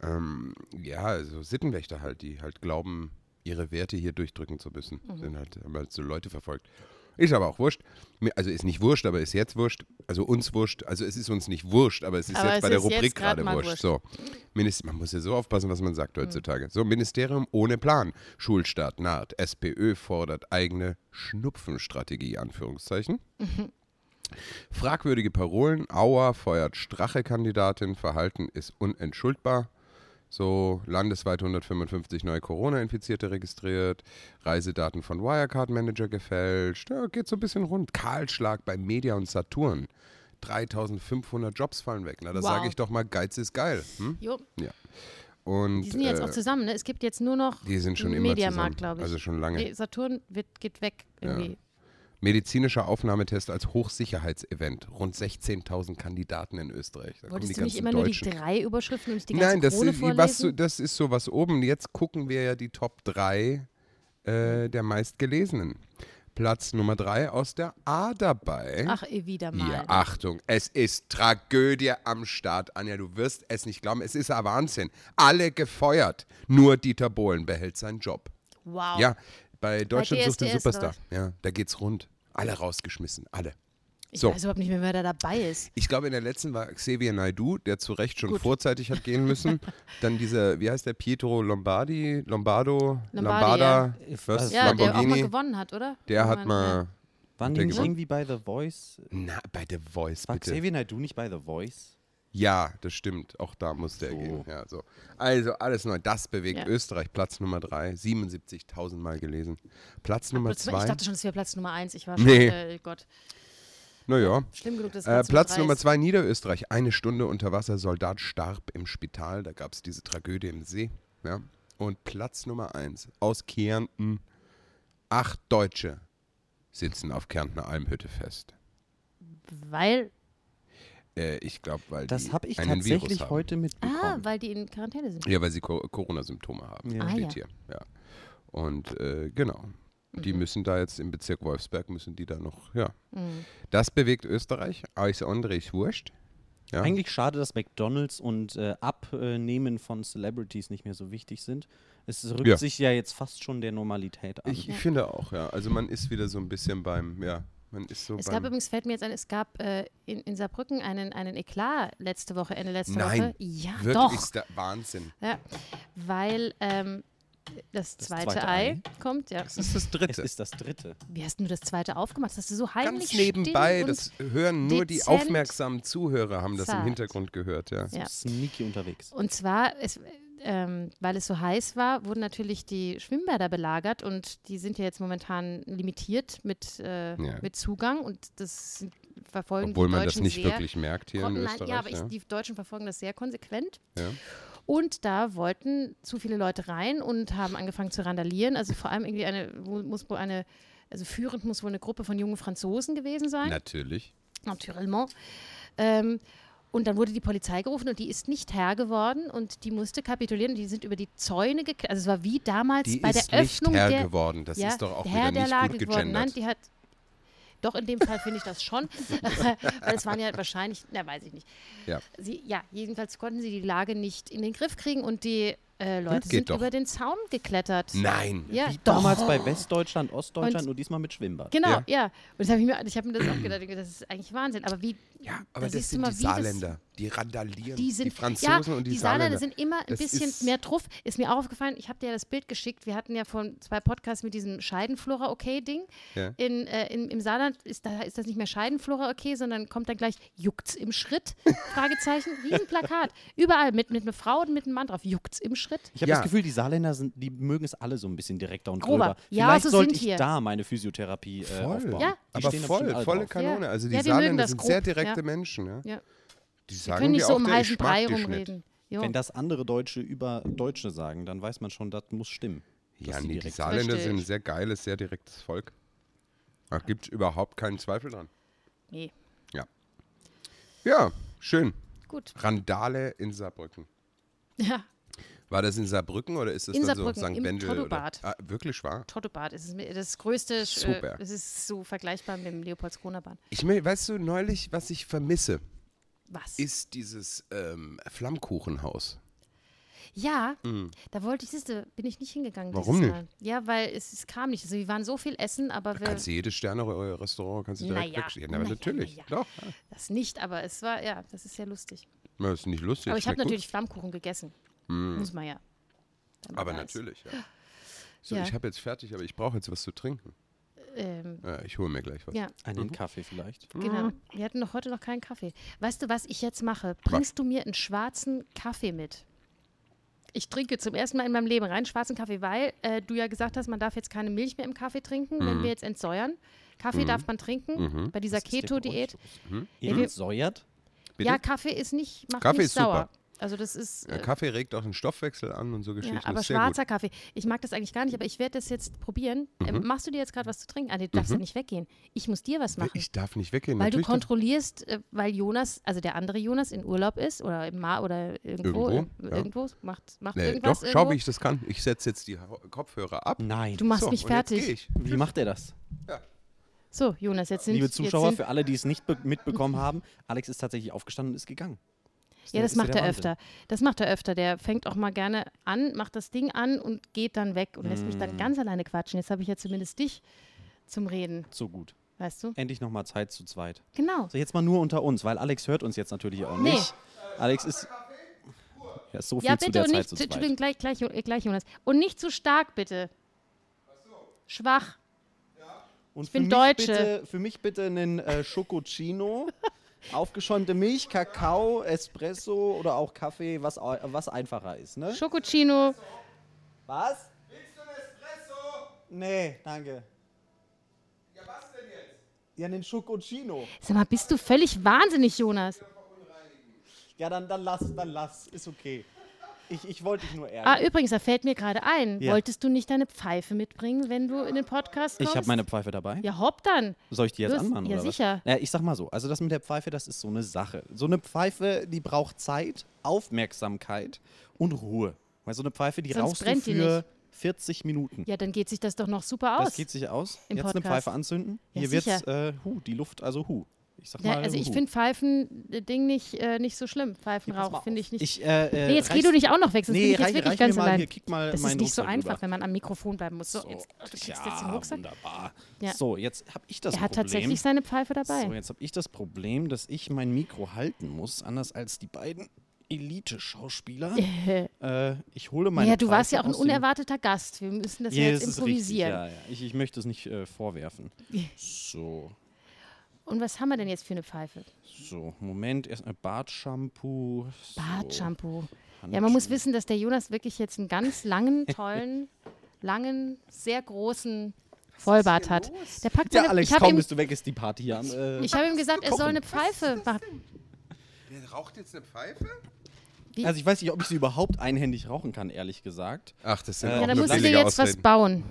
Ähm, ja, so Sittenwächter halt, die halt glauben, ihre Werte hier durchdrücken zu müssen.
Mhm.
Sind halt, haben halt so Leute verfolgt. Ist aber auch wurscht. Mir- Also ist nicht wurscht, aber ist jetzt wurscht. Also uns wurscht. Also es ist uns nicht wurscht, aber es ist
Aber
jetzt
es
bei der
ist jetzt
Rubrik
grad
gerade
mal
wurscht.
wurscht. Mhm.
So. Minis- man muss ja so aufpassen, was man sagt heutzutage. So, Ministerium ohne Plan. Schulstart naht. SPÖ fordert eigene Schnupfenstrategie, Anführungszeichen. Fragwürdige Parolen. Auer feuert Strache-Kandidatin. Verhalten ist unentschuldbar. So, landesweit 155 neue Corona-Infizierte registriert, Reisedaten von Wirecard-Manager gefälscht, ja, geht so ein bisschen rund. Kahlschlag bei Media und Saturn. 3500 Jobs fallen weg. Na, da
Wow.
sage ich doch mal, Geiz ist geil. Hm?
Jo,
Und,
die sind jetzt
äh,
auch zusammen, ne? Es gibt jetzt nur noch
die sind schon immer
Mediamarkt,
zusammen.
glaube ich.
Also schon lange.
Nee, Saturn wird, geht weg irgendwie.
Medizinischer Aufnahmetest als Hochsicherheitsevent. Rund 16.000 Kandidaten in Österreich. Da kommen die
Wolltest du nicht
ganzen
immer
Deutschen.
nur die drei Überschriften und nicht die ganze
Nein, das
Krone
ist,
vorlesen?
was, so- das ist so was oben. Jetzt gucken wir ja die Top 3 äh, der meistgelesenen. Platz Nummer 3 aus der A dabei.
Ach, eh, wieder mal.
Ja, Achtung, es ist Tragödie am Start, Anja, du wirst es nicht glauben, es ist aber Wahnsinn. Alle gefeuert, nur Dieter Bohlen behält seinen Job.
wow.
Ja, bei Deutschland sucht den
DSDS
Superstar.
läuft.
Ja, da geht's rund. Alle rausgeschmissen, alle.
ich
so.
weiß überhaupt nicht mehr, wer da dabei ist.
Ich glaube, in der letzten war Xavier Naidoo, der zu Recht schon vorzeitig hat gehen
*laughs*
müssen. Dann dieser, wie heißt der, Pietro Lombardi, Lombardo,
Lombardi,
Lambada,
ja.
First
Ja, der auch mal
Lamborghini.
gewonnen hat, oder?
Der
Ich
hat
meine,
mal,
Waren
Der
die nicht
gewonnen?
irgendwie bei The Voice?
na, bei The Voice,
War
bitte.
Xavier Naidoo nicht bei The Voice?
Ja, das stimmt. Auch da muss der
So.
gehen. Ja, so. Also alles neu. Das bewegt
Ja.
Österreich. Platz Nummer 3. 77.000 Mal gelesen. Platz Nummer
Platz, ich
2.
dachte schon, es wäre Platz Nummer eins. Ich war schon,
Nee.
äh, Gott,
Naja.
schlimm genug, dass
Äh,
es
Platz
drei
Nummer
ist.
2 Niederösterreich. Eine Stunde unter Wasser. Soldat starb im Spital. Da gab es diese Tragödie im See. Ja. Und Platz Nummer eins aus Kärnten. Acht Deutsche sitzen auf Kärntner Almhütte fest.
Weil,
Äh, ich glaube, weil die
Das habe ich
einen Virus
tatsächlich
haben.
heute mitbekommen.
ah, weil die in Quarantäne sind.
Ja, weil sie Co Corona-Symptome haben.
Ja.
Ah,
steht
ja.
hier. Ja. Und äh, genau. Die
Mhm.
müssen da jetzt im Bezirk Wolfsberg, müssen die da noch, ja.
Mhm.
Das bewegt Österreich, alles andere ist wurscht. Ja.
Eigentlich schade, dass McDonalds und äh, Abnehmen von Celebrities nicht mehr so wichtig sind. Es rückt
Ja.
sich ja jetzt fast schon der Normalität an.
ich, ich finde auch, ja. Also man ist wieder so ein bisschen beim, ja, man ist so
Es gab
beim...
übrigens, fällt mir jetzt ein, es gab äh, in, in Saarbrücken einen, einen Eklat letzte Woche, Ende letzte
Nein,
Woche. Ja,
wirklich
doch.
ist der Wahnsinn.
Ja, weil ähm, das, zweite
zweite
Ei kommt, ja.
Das ist das
es
Dritte.
ist das dritte.
Wie hast denn du das zweite aufgemacht? Das hast du so heimlich
Ganz nebenbei,
still und-
das hören nur die
dezent
aufmerksamen Zuhörer, haben das im
zart.
Hintergrund gehört, ja.
Ja.
Sneaky unterwegs.
Und zwar, es, ähm, weil es so heiß war, wurden natürlich die Schwimmbäder belagert und die sind ja jetzt momentan limitiert mit, äh,
Ja.
mit Zugang und das sind- verfolgen
Obwohl
die
man das
Deutschen
nicht
sehr.
wirklich merkt hier
kon-
in
Nein,
Österreich.
ja, aber
ja.
Ich, die Deutschen verfolgen das sehr konsequent.
Ja.
Und da wollten zu viele Leute rein und haben angefangen zu randalieren. Also vor allem irgendwie eine, wo- muss wohl eine, also führend muss wohl eine Gruppe von jungen Franzosen gewesen sein.
Natürlich.
Naturellement. Ähm, und dann wurde die Polizei gerufen und die ist nicht Herr geworden und die musste kapitulieren. Die sind über die Zäune geklettert. Also es war wie damals
Die
bei
ist
der
nicht
Öffnung
Herr
der.
geworden. Das
ja,
ist doch auch
Herr
wieder
der
nicht
Lage
gut
geworden. Nein,
gegendert.
die hat. Doch, in dem Fall finde ich das
*laughs*
schon. Weil es waren ja wahrscheinlich, na weiß ich nicht.
Ja.
Sie, ja, jedenfalls konnten sie die Lage nicht in den Griff kriegen und die äh, Leute
geht
sind
doch.
über den Zaun geklettert.
Nein.
Ja,
Wie damals bei Westdeutschland, Ostdeutschland, nur diesmal mit Schwimmbad.
Genau,
Ja.
ja. Und das hab ich mir, ich habe mir das auch gedacht, ich dachte, das ist eigentlich Wahnsinn. Aber wie,
Ja, aber das,
da siehst du
sind
mal,
die
wie das-
Saarländer. Die randalieren.
die sind,
Franzosen
ja,
und die,
Saarländer sind immer ein
Das
bisschen
ist-
mehr truff. Ist mir auch aufgefallen, ich habe dir ja das Bild geschickt. Wir hatten ja von zwei Podcasts mit diesem Scheidenflora-Okay-Ding.
Ja.
In, äh, in, Im Saarland ist, da, ist das nicht mehr Scheidenflora okay, sondern kommt dann gleich, juckt's
*laughs*
im Schritt? Fragezeichen, Riesenplakat. Überall mit, mit einer Frau und mit einem Mann drauf, juckt's im Schritt?
Ich habe
Ja.
das Gefühl, die Saarländer sind, die mögen es alle so ein bisschen direkter und
Grober.
gröber.
Ja,
Vielleicht
so
sollte
sind
ich
wir.
da meine Physiotherapie äh,
Voll.
aufbauen.
Ja.
Die
Aber
stehen da
voll,
bestimmt alle
volle
drauf.
Kanone.
Ja.
Also die
Ja, die mögen
Saarländer
das
sind
grob,
sehr direkte
ja.
Menschen. Ja?
Ja.
Die
Wir
sagen
können nicht
mir
so
auch,
um
der,
heißen
ich mag
Brei
dich nicht.
rumreden. Jo.
Wenn das andere Deutsche über Deutsche sagen, dann weiß man schon, das muss stimmen. dass
Ja,
sie
nee, die
direkt-
Saarländer
Verstehe
sind ein
ich.
sehr geiles, sehr direktes Volk. Da gibt es überhaupt keinen Zweifel dran.
Nee,
Ja. Ja, schön.
gut. *laughs*
Randale in Saarbrücken.
Ja,
War das in Saarbrücken oder ist das
In
dann so
Saarbrücken,
St.
im
Wendel? Oder?
Toddobad.
Ah, wirklich wahr?
Tottobad ist es mir- das größte. Sch-
Super.
Äh, es ist so vergleichbar mit dem Leopolds-Kroner-Bahn.
Ich mein, weißt du, neulich, was ich vermisse,
Was?
ist dieses ähm, Flammkuchenhaus.
Ja, da wollte ich, siehste, bin ich nicht hingegangen. dieses
Mhm. Warum nicht?
Mal. Ja, weil es, es kam nicht. Also wir waren so viel essen, aber wir,
Kannst du jedes Sterne-Restaurant kannst du direkt
Naja,
wegschicken. Aber
naja,
natürlich,
naja.
doch.
das nicht, aber es war, ja, das ist ja lustig.
Na, ist nicht lustig.
aber ich habe
schmeckt
natürlich Flammkuchen gegessen. Muss man ja.
Gut.
Wenn man
Aber
da ist.
natürlich,
*gasps*
ja. So,
Ja.
ich habe jetzt fertig, aber ich brauche jetzt was zu trinken.
Ähm,
Ja, ich hole mir gleich was.
ja,
Einen Kaffee vielleicht.
genau.
Mhm.
Wir hatten noch heute noch keinen Kaffee. Weißt du, was ich jetzt mache? Bringst du mir einen schwarzen Kaffee mit? Ich trinke zum ersten Mal in meinem Leben rein schwarzen Kaffee, weil äh, du ja gesagt hast, man darf jetzt keine Milch mehr im Kaffee trinken,
Mhm.
wenn wir jetzt entsäuern. Kaffee darf man trinken bei dieser
ist denn bei euch
Keto-Diät.
Mhm.
Mhm.
Ihr
wir-
säuert?
Bitte?
Ja, Kaffee ist nicht, macht
Kaffee
nicht
ist super.
sauer. Also das ist,
Ja,
äh,
Kaffee regt auch den Stoffwechsel an und so
ja,
Geschichten.
aber
ist sehr gut.
schwarzer Kaffee. Ich mag das eigentlich gar nicht, aber ich werde das jetzt probieren. Ähm,
Mhm.
machst du dir jetzt gerade was zu trinken? Ah, nee, du darfst ja nicht weggehen. Ich muss dir was machen.
Ich darf nicht weggehen.
weil du
natürlich darf-
kontrollierst, äh, weil Jonas, also der andere Jonas in Urlaub ist oder im Mar oder irgendwo,
Irgendwo,
äh,
ja.
irgendwo macht, macht
Nee,
irgendwas
doch,
irgendwo.
schau, wie ich das kann. Ich setze jetzt die Ho- Kopfhörer ab.
Nein.
Du machst
so,
mich
und jetzt geh
fertig.
ich.
Wie macht er das?
So, Jonas, jetzt sind
Liebe Zuschauer,
jetzt sind,
für alle, die es nicht be- mitbekommen haben, Alex ist tatsächlich aufgestanden und ist gegangen. Ist
Ja,
der-
das
ist ja
macht
der
er
Wahnsinn.
öfter. Das macht er öfter. Der fängt auch mal gerne an, macht das Ding an und geht dann weg und lässt mich dann
Mm.
ganz alleine quatschen. Jetzt habe ich ja zumindest dich zum Reden,
So gut.
weißt du?
Endlich nochmal Zeit zu zweit.
Genau.
So, jetzt mal nur unter uns, weil Alex hört uns jetzt natürlich auch
Nee.
nicht. Alex ist. Ja, ist so viel
Ja,
zu
bitte
der
und
Zeit
nicht, zu-
zu zweit.
Entschuldigung, gleich, gleich, äh, gleich, Jonas. Und nicht zu stark, bitte. Schwach.
Und ich
bin
für
Deutsche.
Mich bitte, für mich bitte einen äh, *laughs* Schokocino, aufgeschäumte Milch, Kakao, Espresso oder auch Kaffee, was, au- was einfacher ist, ne?
Schokocino.
Was? Willst du einen Espresso? Nee, danke. Ja, was denn jetzt? Ja, einen Schokocino.
Sag mal, bist du völlig wahnsinnig, Jonas?
Ja, dann, dann lass, dann lass. Ist okay. Ich, ich wollte dich nur ärgern.
Ah, übrigens, da fällt mir gerade ein.
Ja.
Wolltest du nicht deine Pfeife mitbringen, wenn du in den Podcast kommst?
ich habe meine Pfeife dabei.
Ja, hopp dann.
Soll ich die jetzt
Du hast-
anmachen?
ja,
oder was?
sicher.
Naja, ich sag mal so, also das mit der Pfeife, das ist so eine Sache. So eine Pfeife, die braucht Zeit, Aufmerksamkeit und Ruhe. Weil so eine Pfeife, die
Sonst
rauchst du
brennt die
für
nicht.
40 Minuten.
Ja, dann geht sich das doch noch super aus.
Das geht sich aus.
Im
jetzt eine
Podcast.
Pfeife anzünden.
Ja,
Hier wird's äh, hu, die Luft, also hu. Ich sag
ja,
mal,
also ich
hu.
finde Pfeifen-Ding nicht, äh, nicht so schlimm.
Hier, pass mal
Pfeifenrauch
auf.
finde ich nicht.
Ich, äh, äh,
nee, jetzt geh
reiß-
du dich auch noch weg, sonst
Nee,
bin ich jetzt
reich,
wirklich
reich
ganz
mir mal,
allein.
Hier, kick mal
das ist
meinen
nicht so
Rucksack
einfach,
rüber.
wenn man am Mikrofon bleiben muss. So, jetzt, oh, du kriegst
ja,
jetzt den Rucksack.
wunderbar.
Ja.
So, jetzt habe ich das
Er
Problem.
hat tatsächlich seine Pfeife dabei.
So, jetzt habe ich das Problem, dass ich mein Mikro halten muss, anders als die beiden Elite-Schauspieler. äh, ich hole meine
ja, du warst
Pfeife
ja auch ein
aus dem-
unerwarteter Gast. Wir müssen das ja,
Ja,
jetzt
es ist
improvisieren.
Richtig, ja, ja. Ich, ich möchte es nicht äh, vorwerfen. So,
Und was haben wir denn jetzt für eine Pfeife?
so, Moment, erstmal Bartshampoo. So.
Bartshampoo. Ja, man muss
Handschuhe.
wissen, dass der Jonas wirklich jetzt einen ganz langen,
*laughs*
tollen, langen, sehr großen Vollbart hat. Der packt
Ja,
seine,
Alex,
ich habe
kaum
ihm,
bist du weg, ist die Party hier am. Äh,
ich hab ihm gesagt, er soll eine Pfeife machen.
Der raucht jetzt eine Pfeife?
also, ich weiß nicht, ob ich sie überhaupt einhändig rauchen kann, ehrlich gesagt.
Ach, das sind
Ja,
auch
Ja, dann
nur
musst du dir
billige
jetzt was
Ausreden.
bauen.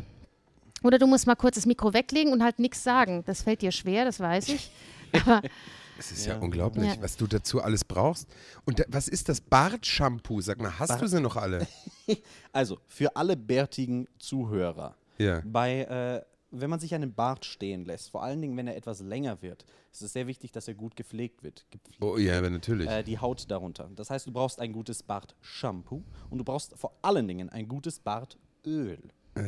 Oder du musst mal kurz das Mikro weglegen und halt nichts sagen. Das fällt dir schwer, das weiß ich.
Es ist ja, unglaublich,
Ja.
was du dazu alles brauchst. Und da, was ist das Bartshampoo? Sag mal, hast du sie noch
*laughs*
alle?
Also, für alle bärtigen Zuhörer.
Ja.
Bei, äh, wenn man sich einen Bart stehen lässt, vor allen Dingen, wenn er etwas länger wird, ist es sehr wichtig, dass er gut gepflegt wird. Gepflegt,
Oh ja, aber natürlich.
äh, die Haut darunter. Das heißt, du brauchst ein gutes Bartshampoo und du brauchst vor allen Dingen ein gutes Bartöl.
Äh.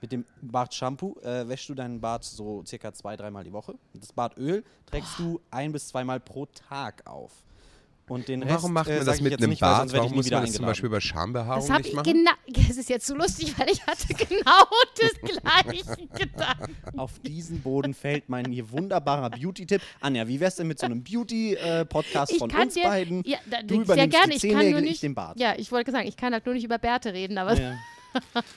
Mit dem Bartshampoo äh, wäschst du deinen Bart so circa zwei, dreimal die Woche. Und Das Bartöl trägst du
Oh.
ein bis zweimal pro Tag auf. Und den Rest,
Warum macht
äh,
man
sag
das
ich
mit
jetzt
einem
nicht, weil
Bart?
sonst werd ich
Warum
nie
muss
wieder
man das zum
eingeladen.
Beispiel bei Schambehaarung
Das habe
nicht
ich
machen?
genau. *laughs* Es ist jetzt so lustig, weil ich hatte *laughs* genau das Gleiche gedacht.
Auf diesen Boden fällt mein hier wunderbarer Beauty-Tipp. Anja, wie wär's denn mit so einem Beauty-Podcast
Ich
von
kann
uns
dir,
beiden?
Ja, da,
du
sehr
übernimmst
gerne.
die
ich kann nur
Zehennägel,
nicht.
ich den Bart.
Ja, ich wollte sagen, ich kann halt nur nicht über Bärte reden, *laughs* aber.
Ja.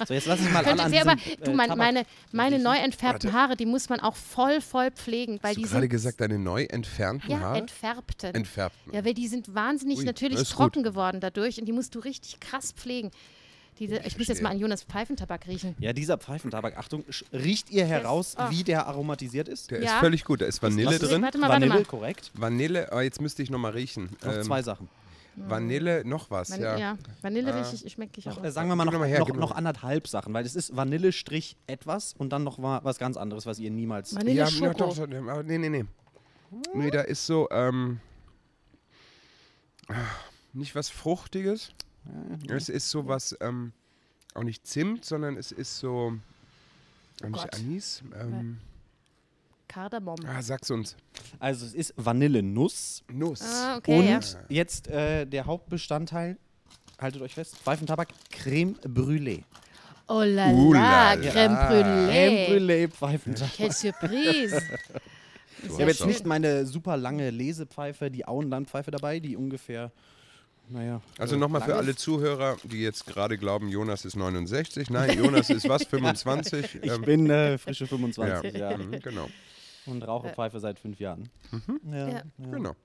So, jetzt lass ich mal alle
Könntet
an
ihr aber,
diesem,
du,
äh,
mein,
Tabak-
meine, meine
riechen.
neu entfärbten Haare, die muss man auch voll, voll pflegen,
Hast
weil
du
die
gerade
sind
gesagt, deine neu entfernten
ja,
Haare?
entfärbten.
Entfärbten.
Ja, weil die sind wahnsinnig
Ui,
natürlich
das ist
trocken
gut.
geworden dadurch und die musst du richtig krass pflegen. Diese, ich muss jetzt
Oh, verstehe.
mal an Jonas Pfeifentabak riechen.
Ja, dieser Pfeifentabak, Achtung, sch- riecht ihr heraus,
ah.
wie der aromatisiert ist?
Der
Ja.
ist völlig gut. Da ist Vanille
Lass es-
drin.
Warte mal, warte
Vanille,
mal.
korrekt.
Vanille, oh, jetzt müsste ich nochmal riechen.
Noch
Ähm,
zwei Sachen.
Vanille, noch was,
Van
ja.
ja. Vanille richtig, schmeckt ich auch.
Äh, sagen wir mal
gib
noch,
mir mal her,
noch,
gib mir
noch
mal.
anderthalb Sachen, weil es ist Vanille Strich etwas und dann noch wa- was ganz anderes, was ihr niemals...
Vanille
ja, ja,
Schoko.
doch, doch, aber nee, nee, nee. Nee, da ist so, ähm, ah, nicht was Fruchtiges. Es ist so was, ähm, auch nicht Zimt, sondern es ist so, äh, nicht
Gott.
Anis. Ähm,
Kardamom.
ah, sag's uns.
Also es ist Vanillenuss.
Nuss.
Ah, okay, ja.
und jetzt äh, der Hauptbestandteil, haltet euch fest, Pfeifentabak, Creme Brûlée.
Oh la
Uh la
la,
la.
Creme Brûlée.
Creme Brûlée Pfeifentabak.
*laughs*
Quelle Surprise.
Ich habe jetzt nicht meine super lange Lesepfeife, die Auenlandpfeife dabei, die ungefähr, naja.
Also
äh,
nochmal
lang
für alle
ist.
Zuhörer, die jetzt gerade glauben, Jonas ist 69. Nein, Jonas ist
*laughs*
was, 25?
Ich bin äh, frische 25
ja.
Jahre
mhm, Genau,
und rauche Pfeife seit fünf Jahren. Ja.
Ja.
genau.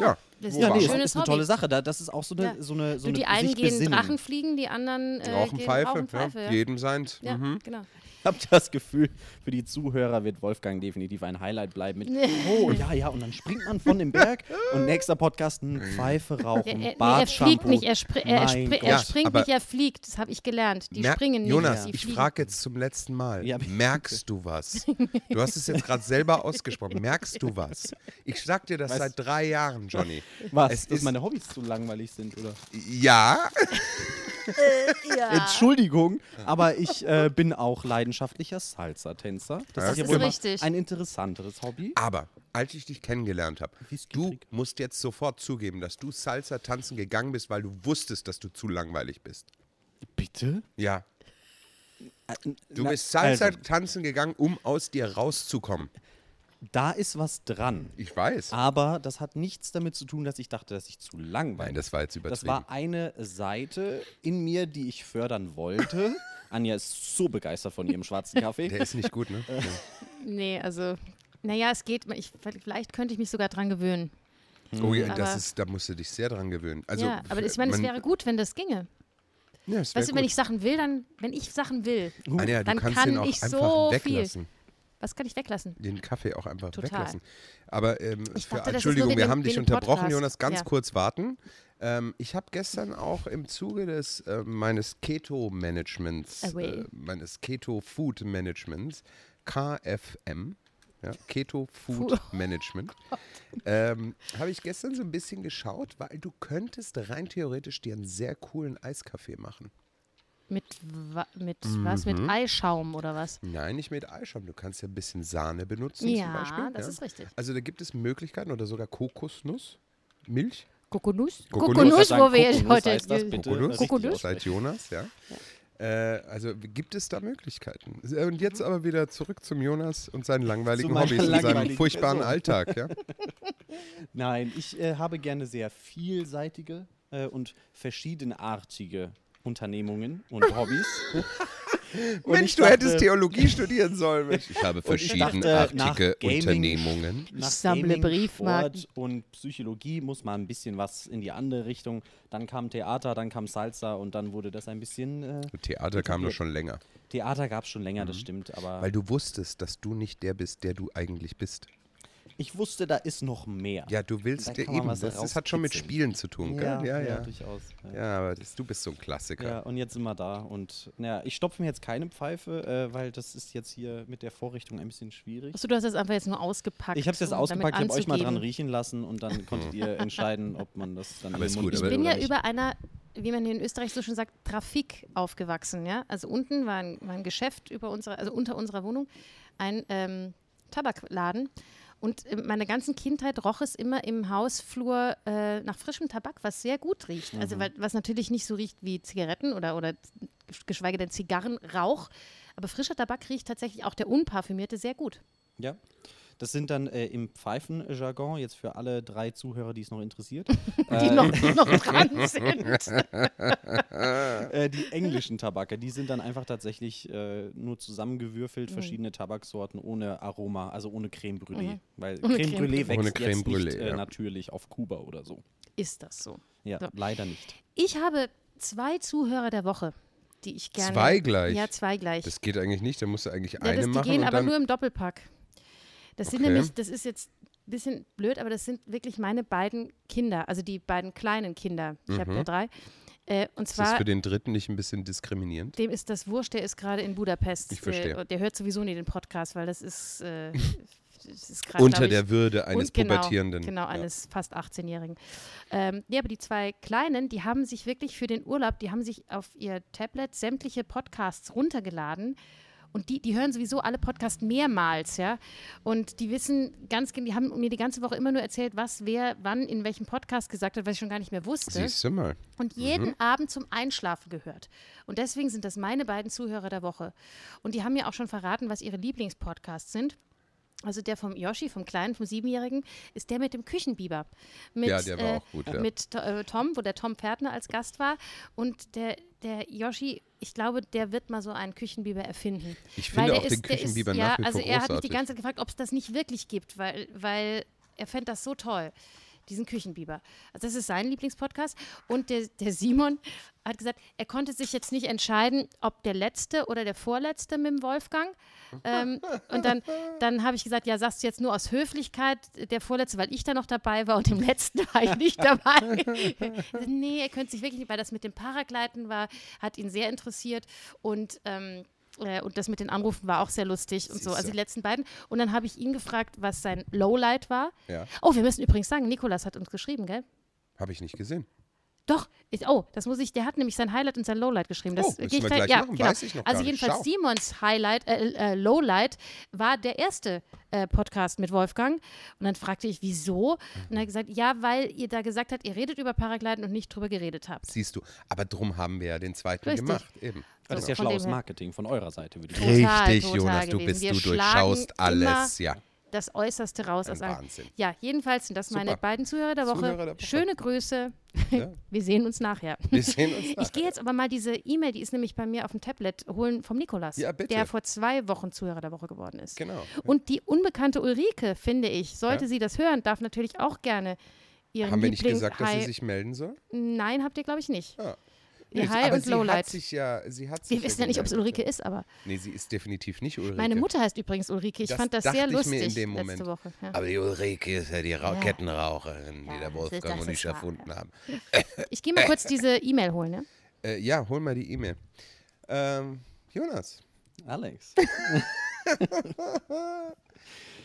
Ja,
Das ist
Ja,
ein
nee,
es
schönes
ist eine
Hobby.
tolle Sache. Da, das ist auch so eine,
Ja.
so eine, so
du,
eine
die einen
sich
gehen
besinnen.
Drachen fliegen, die anderen äh,
Rauchen
gehen
Pfeife,
rauchen
ja.
Pfeife. Ja,
jedem seins.
ja
Mhm.
genau.
*laughs* Ich habe das Gefühl, für die Zuhörer wird Wolfgang definitiv ein Highlight bleiben. Mit, oh, ja, ja, und dann springt man von dem Berg
*laughs*
und nächster Podcast, ein Pfeife
Er,
rauchen,
er, nee, er fliegt
Bartshampoo.
nicht, er, spri er, er,
Mein
spri
Gott.
er
Ja,
springt
aber-
nicht, er fliegt. Das habe ich gelernt. Die
Mer-
springen nicht,
Jonas,
sie
ich
fliegen.
frage jetzt zum letzten Mal.
Ja, bitte.
merkst du
*laughs*
was? Du hast es jetzt gerade selber ausgesprochen. Merkst du was? Ich sag dir das
Was?
seit drei Jahren, Johnny.
Was,
Es
dass
ist-
meine Hobbys zu langweilig sind, oder?
Ja,
Ah.
Entschuldigung, aber ich äh, bin auch leidenschaftlicher Salsa-Tänzer. Das
Ja,
ist ja
das
wohl
ist
mal
richtig.
ein interessanteres Hobby.
aber als ich dich kennengelernt habe,
Whisky
du
trinken.
musst jetzt sofort zugeben, dass du Salsa tanzen gegangen bist, weil du wusstest, dass du zu langweilig bist.
Bitte?
Ja. Du
na,
bist Salsa
also.
tanzen gegangen, um aus dir rauszukommen.
Da ist was dran.
Ich weiß.
Aber das hat nichts damit zu tun, dass ich dachte, dass ich zu langweilig
Nein, das war jetzt
Das
übertrieben.
war eine Seite in mir, die ich
*laughs*
fördern wollte. Anja ist so begeistert von ihrem schwarzen Kaffee.
Der ist nicht gut,
*laughs*
ne?
Nee, also, naja, es geht. Ich, vielleicht könnte ich mich sogar dran gewöhnen.
Oh ja, das
Aber-
ist, da musst du dich sehr dran gewöhnen. Also,
ja, aber ich meine, es
man-
wäre gut, wenn das ginge.
Ja, es wär
Weißt du, wenn
gut.
ich Sachen will, dann, wenn ich Sachen will,
Ah, ja, du
dann
kannst
kann
den auch
ich
einfach
so viel.
weglassen.
was kann ich weglassen?
Den Kaffee auch einfach
Mhm. Total.
weglassen. Aber ähm,
Ich
für,
dachte, das ist nur
Entschuldigung,
wegen
wir
dem-
haben dich
wegen dem
unterbrochen,
Podcast.
Jonas. Ganz
Ja.
kurz warten. Ähm, ich habe gestern auch im Zuge des äh, meines Keto-Managements,
Away.
äh, meines Keto-Food-Managements, KFM, ja, Keto Food
*laughs*
Management,
Oh
ähm, habe ich gestern so ein bisschen geschaut, weil du könntest rein theoretisch dir einen sehr coolen Eiskaffee machen.
Mit, wa mit was?
Mhm.
Mit Eischaum oder was?
Nein, nicht mit Eischaum. Du kannst ja ein bisschen Sahne benutzen zum
Ja,
Beispiel.
das ist richtig.
Also da gibt es Möglichkeiten oder sogar Kokosnuss, Milch,
Kokonuss?
Kokonuss.
Kokonuss,
Sagen,
wo wir jetzt
Kokonuss
heute.
heißt das bitte.
Kokonuss,
richtig
Kokonuss?
seit
aussprechen.
Jonas, ja. Äh, also gibt es da Möglichkeiten? Äh, Und
Mhm.
jetzt aber wieder zurück zum Jonas und seinen langweiligen
Zu meiner
Hobbys und seinem
langweiligen
furchtbaren
Person.
Alltag, ja.
Nein, ich äh, habe gerne sehr vielseitige äh, und verschiedenartige Unternehmungen und
*laughs*
Hobbys. *laughs* Und
Mensch,
ich
du hättest
dachte-
Theologie studieren sollen. Mensch. Ich habe
Und ich dachte,
verschiedenartige
nach Gaming-
Unternehmungen.
Nach
sammle
Gaming,
Briefmarken.
Sport und Psychologie muss mal ein bisschen was in die andere Richtung. Dann kam Theater, dann kam Salsa und dann wurde das ein bisschen. Äh,
Theater kam doch schon länger.
Theater gab es schon länger, das stimmt, aber
Mhm. Weil du wusstest, dass du nicht der bist, der du eigentlich bist.
ich wusste, da ist noch mehr.
Ja, du willst
Da
dir
kann man
eben. Das,
was
das hat schon mit
rauskitzeln.
Spielen zu tun, gell? Ja, ja. Ja,
durchaus. Ja.
aber das, du bist so ein Klassiker.
Ja, und jetzt sind wir da. Und naja, ich stopfe mir jetzt keine Pfeife, äh, weil das ist jetzt hier mit der Vorrichtung ein bisschen schwierig.
Achso, du hast das einfach jetzt nur ausgepackt.
Ich habe es jetzt
um damit
ausgepackt, ich habe euch mal dran
anzugeben.
riechen lassen und dann konntet
*laughs*
ihr entscheiden, ob man das dann
Aber
in
ist
den Mund
gut, aber-
Ich
nimmt
bin
oder
ja
nicht.
über einer, wie man hier in Österreich so schön sagt, Trafik aufgewachsen, ja. Also unten war ein, war ein Geschäft über unsere, also unter unserer Wohnung, ein ähm, Tabakladen. Und in meiner ganzen Kindheit roch es immer im Hausflur äh, nach frischem Tabak, was sehr gut riecht.
Mhm.
Also weil, was natürlich nicht so riecht wie Zigaretten oder, oder geschweige denn Zigarrenrauch. Aber frischer Tabak riecht tatsächlich auch der unparfümierte sehr gut. *laughs*
Ja. Das sind dann äh, im Pfeifenjargon, jetzt für alle drei Zuhörer, die es noch interessiert,
*laughs* Die
Ah.
noch, noch dran sind.
*laughs* äh, die englischen Tabake, die sind dann einfach tatsächlich äh, nur zusammengewürfelt,
Mhm.
verschiedene Tabaksorten ohne Aroma, also ohne Creme Brûlée. Weil
Mhm. Ohne
Creme,
Creme
Brûlée
Brûlée.
wächst
Ohne Creme
jetzt nicht
Brûlée,
äh,
ja.
natürlich auf Kuba oder so.
Ist das so?
Ja,
So.
leider nicht.
Ich habe zwei Zuhörer der Woche, die ich gerne.
Zwei gleich?
Ja, zwei gleich.
Das geht eigentlich nicht. Da musst du eigentlich
ja,
eine
das, die
machen
gehen
und
aber
dann
nur im Doppelpack. Das sind
Okay.
nämlich, das ist jetzt ein bisschen blöd, aber das sind wirklich meine beiden Kinder, also die beiden kleinen Kinder. Ich habe ja drei. Äh, und
Mhm. ist das
zwar,
für den Dritten nicht ein bisschen diskriminierend.
dem ist das Wurscht, der ist gerade in Budapest.
Ich verstehe.
Äh, und der hört sowieso nie den Podcast, weil das ist, äh, *laughs* das ist gerade
Unter
glaub ich,
der Würde eines
und genau,
Pubertierenden.
Genau, eines fast 18-Jährigen. Ähm, ja, aber die zwei Kleinen, die haben sich wirklich für den Urlaub, die haben sich auf ihr Tablet sämtliche Podcasts runtergeladen. Und die, die hören sowieso alle Podcasts mehrmals, ja. Und die wissen ganz genau, die haben mir die ganze Woche immer nur erzählt, was wer wann in welchem Podcast gesagt hat, was ich schon gar nicht mehr wusste
Siehst du mal.
und jeden Abend zum Einschlafen gehört. Und deswegen sind das meine beiden Zuhörer der Woche. Und die haben mir auch schon verraten, was ihre Lieblingspodcasts sind. Also der vom Yoshi, vom Kleinen, vom Siebenjährigen, ist der mit dem Küchenbiber. Mit,
Ja, der war auch gut, ja.
Mit To- äh, Tom, wo der Tom Pferdner als Gast war. Und der, der Yoshi, ich glaube, der wird mal so einen Küchenbiber erfinden.
Ich finde
Weil der
auch den
der
Küchenbiber
ist,
nach
ja,
wie vor
Also er hat mich die
großartig.
ganze Zeit gefragt, ob es das nicht wirklich gibt, weil, weil er fände das so toll, diesen Küchenbiber. Also das ist sein Lieblingspodcast. Und der, der Simon hat gesagt, er konnte sich jetzt nicht entscheiden, ob der letzte oder der vorletzte mit dem Wolfgang. Ähm, und dann, dann habe ich gesagt, ja, sagst du jetzt nur aus Höflichkeit äh, der vorletzte, weil ich da noch dabei war und im letzten war ich
*laughs*
nicht dabei. *laughs* nee, er könnte sich wirklich nicht, weil das mit dem Paragleiten war, hat ihn sehr interessiert und ähm, äh, und das mit den Anrufen war auch sehr lustig und so.
Siehste.
Also die letzten beiden. Und dann habe ich ihn gefragt, was sein Lowlight war.
Ja.
Oh, wir müssen übrigens sagen, Nikolas hat uns geschrieben, gell?
Habe ich nicht gesehen.
Doch, ich, oh, das muss ich, der hat nämlich sein Highlight und sein Lowlight geschrieben. Das
Oh, müssen
gehe ich
wir
gleich-
gleich machen, weiß ich noch
Also
gar nicht.
jedenfalls
Schau.
Simons Highlight, äh, äh, Lowlight war der erste äh, Podcast mit Wolfgang. Und dann fragte ich, wieso? Und er
Mhm.
hat gesagt, ja, weil ihr da gesagt habt, ihr redet über Paragliden und nicht drüber geredet habt.
Siehst du. Aber drum haben wir ja den zweiten
Richtig.
gemacht. Eben.
Das
So,
ist ja
von dem
schlaues
her.
Marketing von eurer Seite, würde ich sagen.
Total,
Richtig,
total
Jonas, du
gewesen.
bist,
Wir
du
schlagen
durchschaust alles, ja.
Das Äußerste raus aus allem.
Wahnsinn.
Ja, jedenfalls sind das meine
Super.
beiden Zuhörer der Woche.
Zuhörer der Woche.
Schöne Grüße.
Ja.
*laughs* Wir sehen uns nachher.
Wir sehen
*laughs*
uns
Ich
nach.
gehe jetzt aber mal diese E-Mail, die ist nämlich bei mir auf dem Tablet, holen vom Nikolas,
Ja, bitte.
der vor zwei Wochen Zuhörer der Woche geworden ist.
Genau.
Und die unbekannte Ulrike, finde ich, sollte
Ja.
sie das hören, darf natürlich auch gerne ihren
Haben wir nicht
Liebling
gesagt, dass
High.
sie sich melden soll?
Nein, habt ihr, glaube ich, nicht.
Ja.
Ihr
Nee,
High
aber
und
sie
Lowlight.
Hat sich ja, sie hat sich
Wir wissen ja nicht, ob es
gemeldet.
Ulrike ist, aber
Nee, sie ist definitiv nicht Ulrike.
meine Mutter heißt übrigens Ulrike. Ich
Das
fand das
dachte
sehr
ich mir
lustig
in dem Moment.
letzte Woche. Ja.
Aber die Ulrike ist ja die Ra
Ja.
Kettenraucherin,
Ja,
die
das
der
ist-
Wolfgang
das
und
ist
ich
wahr,
erfunden haben.
Ich gehe mal kurz diese E-Mail holen. Ne?
Äh, ja, hol mal die E-Mail. Ähm, Jonas,
Alex.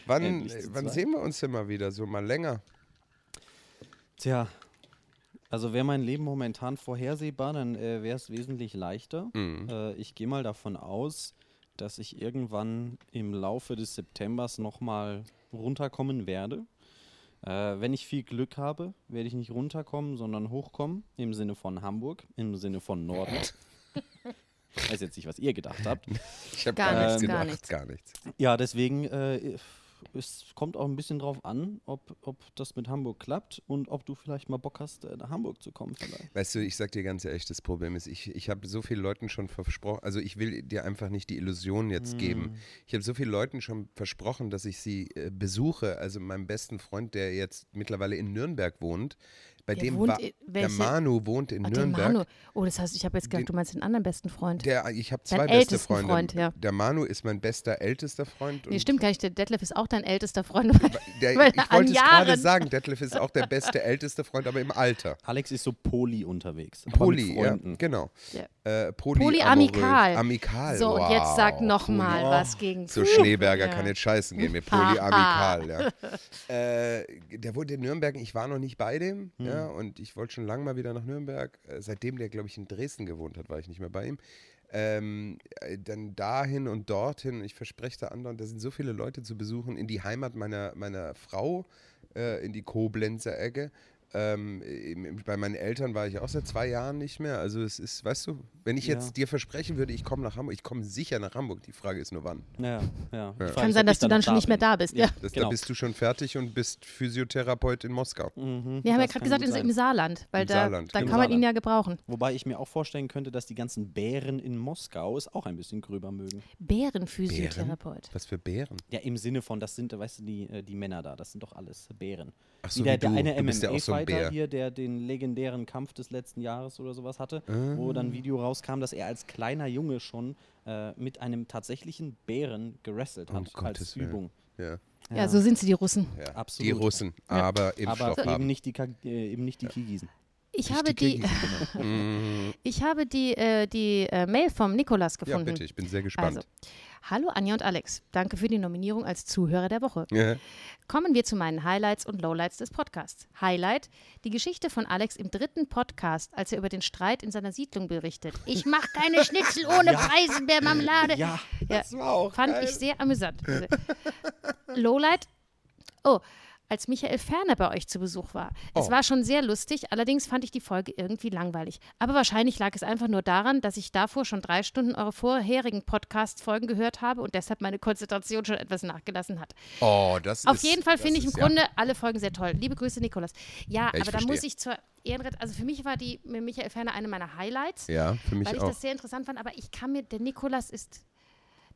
wann,
Endlich
äh,
zu
wann
zweit.
sehen wir uns denn mal wieder? So mal länger.
*laughs* Tja, also wäre mein Leben momentan vorhersehbar, dann äh, wäre es wesentlich leichter. Äh, ich gehe mal davon aus, dass ich irgendwann im Laufe des Septembers nochmal runterkommen werde. Äh, wenn ich viel Glück habe, werde ich nicht runterkommen, sondern hochkommen. Im Sinne von Hamburg, im Sinne von Norden. Ich weiß jetzt nicht, was ihr gedacht habt.
Ich habe
Gar
gar, nichts
nichts,
gedacht.
gar
Gar nichts.
nichts.
Ja, deswegen, äh, es kommt auch ein bisschen drauf an, ob, ob das mit Hamburg klappt und ob du vielleicht mal Bock hast, äh, nach Hamburg zu kommen vielleicht.
Weißt du, ich sag dir ganz ehrlich, das Problem ist, ich, ich habe so vielen Leuten schon versprochen, also ich will dir einfach nicht die Illusion jetzt
Hm.
geben. Ich habe so vielen Leuten schon versprochen, dass ich sie äh, besuche. Also meinem besten Freund, der jetzt mittlerweile in Nürnberg wohnt, bei
Der
dem
wohnt
war,
in-
der
welche-
Manu wohnt in
Ah, den
Nürnberg.
Manu. Oh, das heißt, ich habe jetzt gedacht,
Den-
du meinst den anderen besten Freund.
Der, ich habe zwei
Deinen
beste
ältesten
Freunde.
Freund, ja.
Der Manu ist mein bester ältester Freund.
Nee,
und
stimmt gar nicht. Der Detlef ist auch dein ältester Freund. *laughs*
Der,
Weil-
ich
an
wollte es gerade
Jahren.
sagen, Detlef ist auch der beste älteste Freund, aber im Alter.
Alex ist so Poli unterwegs. aber mit
Poli, ja,
Freunden.
genau.
Ja.
Äh, poly
Polyamikal.
Amikal.
so, und jetzt sag
wow.
nochmal
Poly-
was gegen.
So Schneeberger
Ja.
kann jetzt scheißen gehen mit Polyamikal, ja. äh, der wohnt in Nürnberg, ich war noch nicht bei dem, ja, und ich wollte schon lange mal wieder nach Nürnberg. Äh, seitdem der, glaube ich, in Dresden gewohnt hat, war ich nicht mehr bei ihm. Ähm, äh, dann dahin und dorthin, ich verspreche der anderen, da sind so viele Leute zu besuchen, in die Heimat meiner, meiner Frau, äh, in die Koblenzer Ecke. Ähm, im- im- bei meinen Eltern war ich auch seit zwei Jahren nicht mehr. Also es ist, weißt du, wenn ich
Ja.
jetzt dir versprechen würde, ich komme nach Hamburg, ich komme sicher nach Hamburg. Die Frage ist nur wann.
Ja, ja. Ich frage
Kann
mich,
sein,
ob
dass
ich
du dann
noch
schon nicht mehr
bin.
da bist, ja.
Das, Da
genau.
bist du schon fertig und bist Physiotherapeut in Moskau.
Wir haben ja
Das
gerade
kann
gesagt,
gut
in,
sein.
im Saarland, weil
Im
da,
Saarland,
da
im
kann man ihn
Saarland.
ja gebrauchen.
Wobei ich mir auch vorstellen könnte, dass die ganzen Bären in Moskau es auch ein bisschen gröber mögen.
Bärenphysiotherapeut.
Was für Bären?
Ja, im Sinne von, das sind, weißt du, die, äh, die Männer da, das sind doch alles Bären.
Ach so,
der,
wie
der
du.
eine
Du bist ja auch so ein
MMA-Fighter
Bär.
hier, der den legendären Kampf des letzten Jahres oder sowas hatte,
Ah.
wo dann ein Video rauskam, dass er als kleiner Junge schon äh, mit einem tatsächlichen Bären gerasselt
Um
hat als
Gottes Willen.
Übung.
Ja,
Ja, so sind sie, die Russen.
ja.
Absolut.
Die Russen, aber Impfstoff
Aber eben
haben.
nicht die, Ka- äh, eben nicht die Kigis.
Ich
Nicht
habe die,
Kirgisen,
*laughs*
genau. Mm,
ich habe die, äh, die äh, Mail vom Nikolas
ja,
gefunden.
bitte, ich bin sehr gespannt.
Also, hallo Anja und Alex. Danke für die Nominierung als Zuhörer der Woche.
Ja.
Kommen wir zu meinen Highlights und Lowlights des Podcasts. Highlight: die Geschichte von Alex im dritten Podcast, als er über den Streit in seiner Siedlung berichtet. Ich mache keine Schnitzel ohne Preisenbeermarmelade.
Ja,
Ja,
war auch
fand ich sehr amüsant. Lowlight: oh, als Michael Ferner bei euch zu Besuch war. Es
Oh.
war schon sehr lustig, allerdings fand ich die Folge irgendwie langweilig. Aber wahrscheinlich lag es einfach nur daran, dass ich davor schon drei Stunden eure vorherigen Podcast-Folgen gehört habe und deshalb meine Konzentration schon etwas nachgelassen hat.
*laughs* Oh, das
Auf
ist,
jeden Fall
das
finde ich im
ist,
Grunde alle Folgen sehr toll. Liebe Grüße, Nikolas. Ja,
ich
aber da muss
verstehe.
ich zur Ehrenrettung, also für mich war die mit Michael Ferner eine meiner Highlights,
Ja, ja für mich
weil ich
auch.
das sehr interessant fand, aber ich kann mir, der Nikolas ist,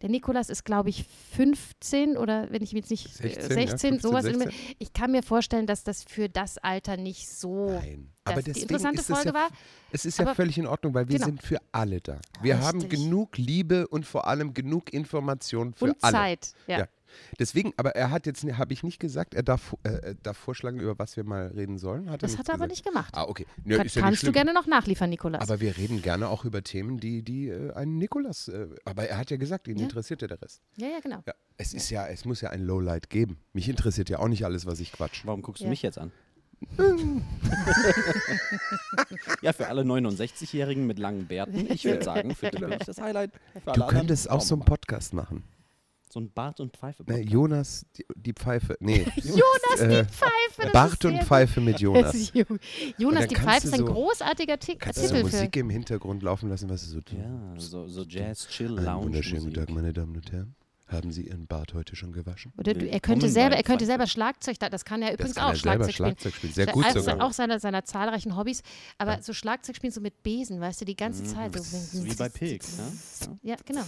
der Nikolas ist glaube ich 15 oder wenn ich mich jetzt nicht,
16,
16,
ja,
16 sowas.
15, 16.
irgendwie. Ich kann mir vorstellen, dass das für das Alter nicht so
Nein.
dass
Aber
die
deswegen
interessante
ist es
Folge
ja,
war,
Es ist ja
aber-
völlig in Ordnung, weil wir
Genau.
sind für alle da. Wir haben
Richtig.
genug Liebe und vor allem genug Informationen für
und
alle.
Zeit. Ja.
Ja. Deswegen, aber er hat jetzt, habe ich nicht gesagt, er darf, äh, äh, darf vorschlagen, über was wir mal reden sollen. Hat er
Das
nicht
hat er aber
gesagt.
nicht gemacht.
Ah, okay. Nö,
Kann,
ist ja nicht
kannst du
schlimm.
gerne noch nachliefern, Nikolas.
Aber wir reden gerne auch über Themen, die, die äh, einen Nikolas. Äh, aber er hat ja gesagt, ihn
Ja.
interessiert ja der Rest.
ja, ja, genau.
Ja. Es ist ja, es muss ja ein Lowlight geben. Mich interessiert ja auch nicht alles, was ich quatsch.
Warum guckst
Ja.
du
*laughs*
mich jetzt an? ja, für alle 69-Jährigen mit langen Bärten, ich würde sagen, für die bin ich das Highlight. Für alle
Genau. Du könntest
anderen
auch so einen
wir mal.
Podcast machen.
so ein Bart- und pfeife
Ne, Jonas, die, die Pfeife. Nee.
*laughs* Jonas,
Äh,
die Pfeife. das ist
Bart
sehr
und
gut.
Pfeife
*laughs*
mit
Das
Jonas.
ist Ju- Jonas,
dann
die
kannst
Pfeife ist
du
ein
so-
großartiger Ti- also
Kannst du
Titel für.
Musik im Hintergrund laufen lassen, was du so tun?
Ja, so, so Jazz, Chill,
Einen
Lounge.
wunderschönen guten Tag, meine Damen und Herren. Haben Sie Ihren Bart heute schon gewaschen?
Oder du, er
Willkommen
könnte
bei
selber, er könnte
Pfeife.
selber Schlagzeug, da- das kann er übrigens
kann
auch
er selber
Schlagzeug spielen.
Schlagzeug spielen. Sehr gut
also
sogar.
auch seiner, seiner zahlreichen Hobbys, aber so Schlagzeug spielen so mit Besen, weißt du, die
Mhm.
ganze Zeit. So
So wie bei Pilk, ne?
Ja, genau.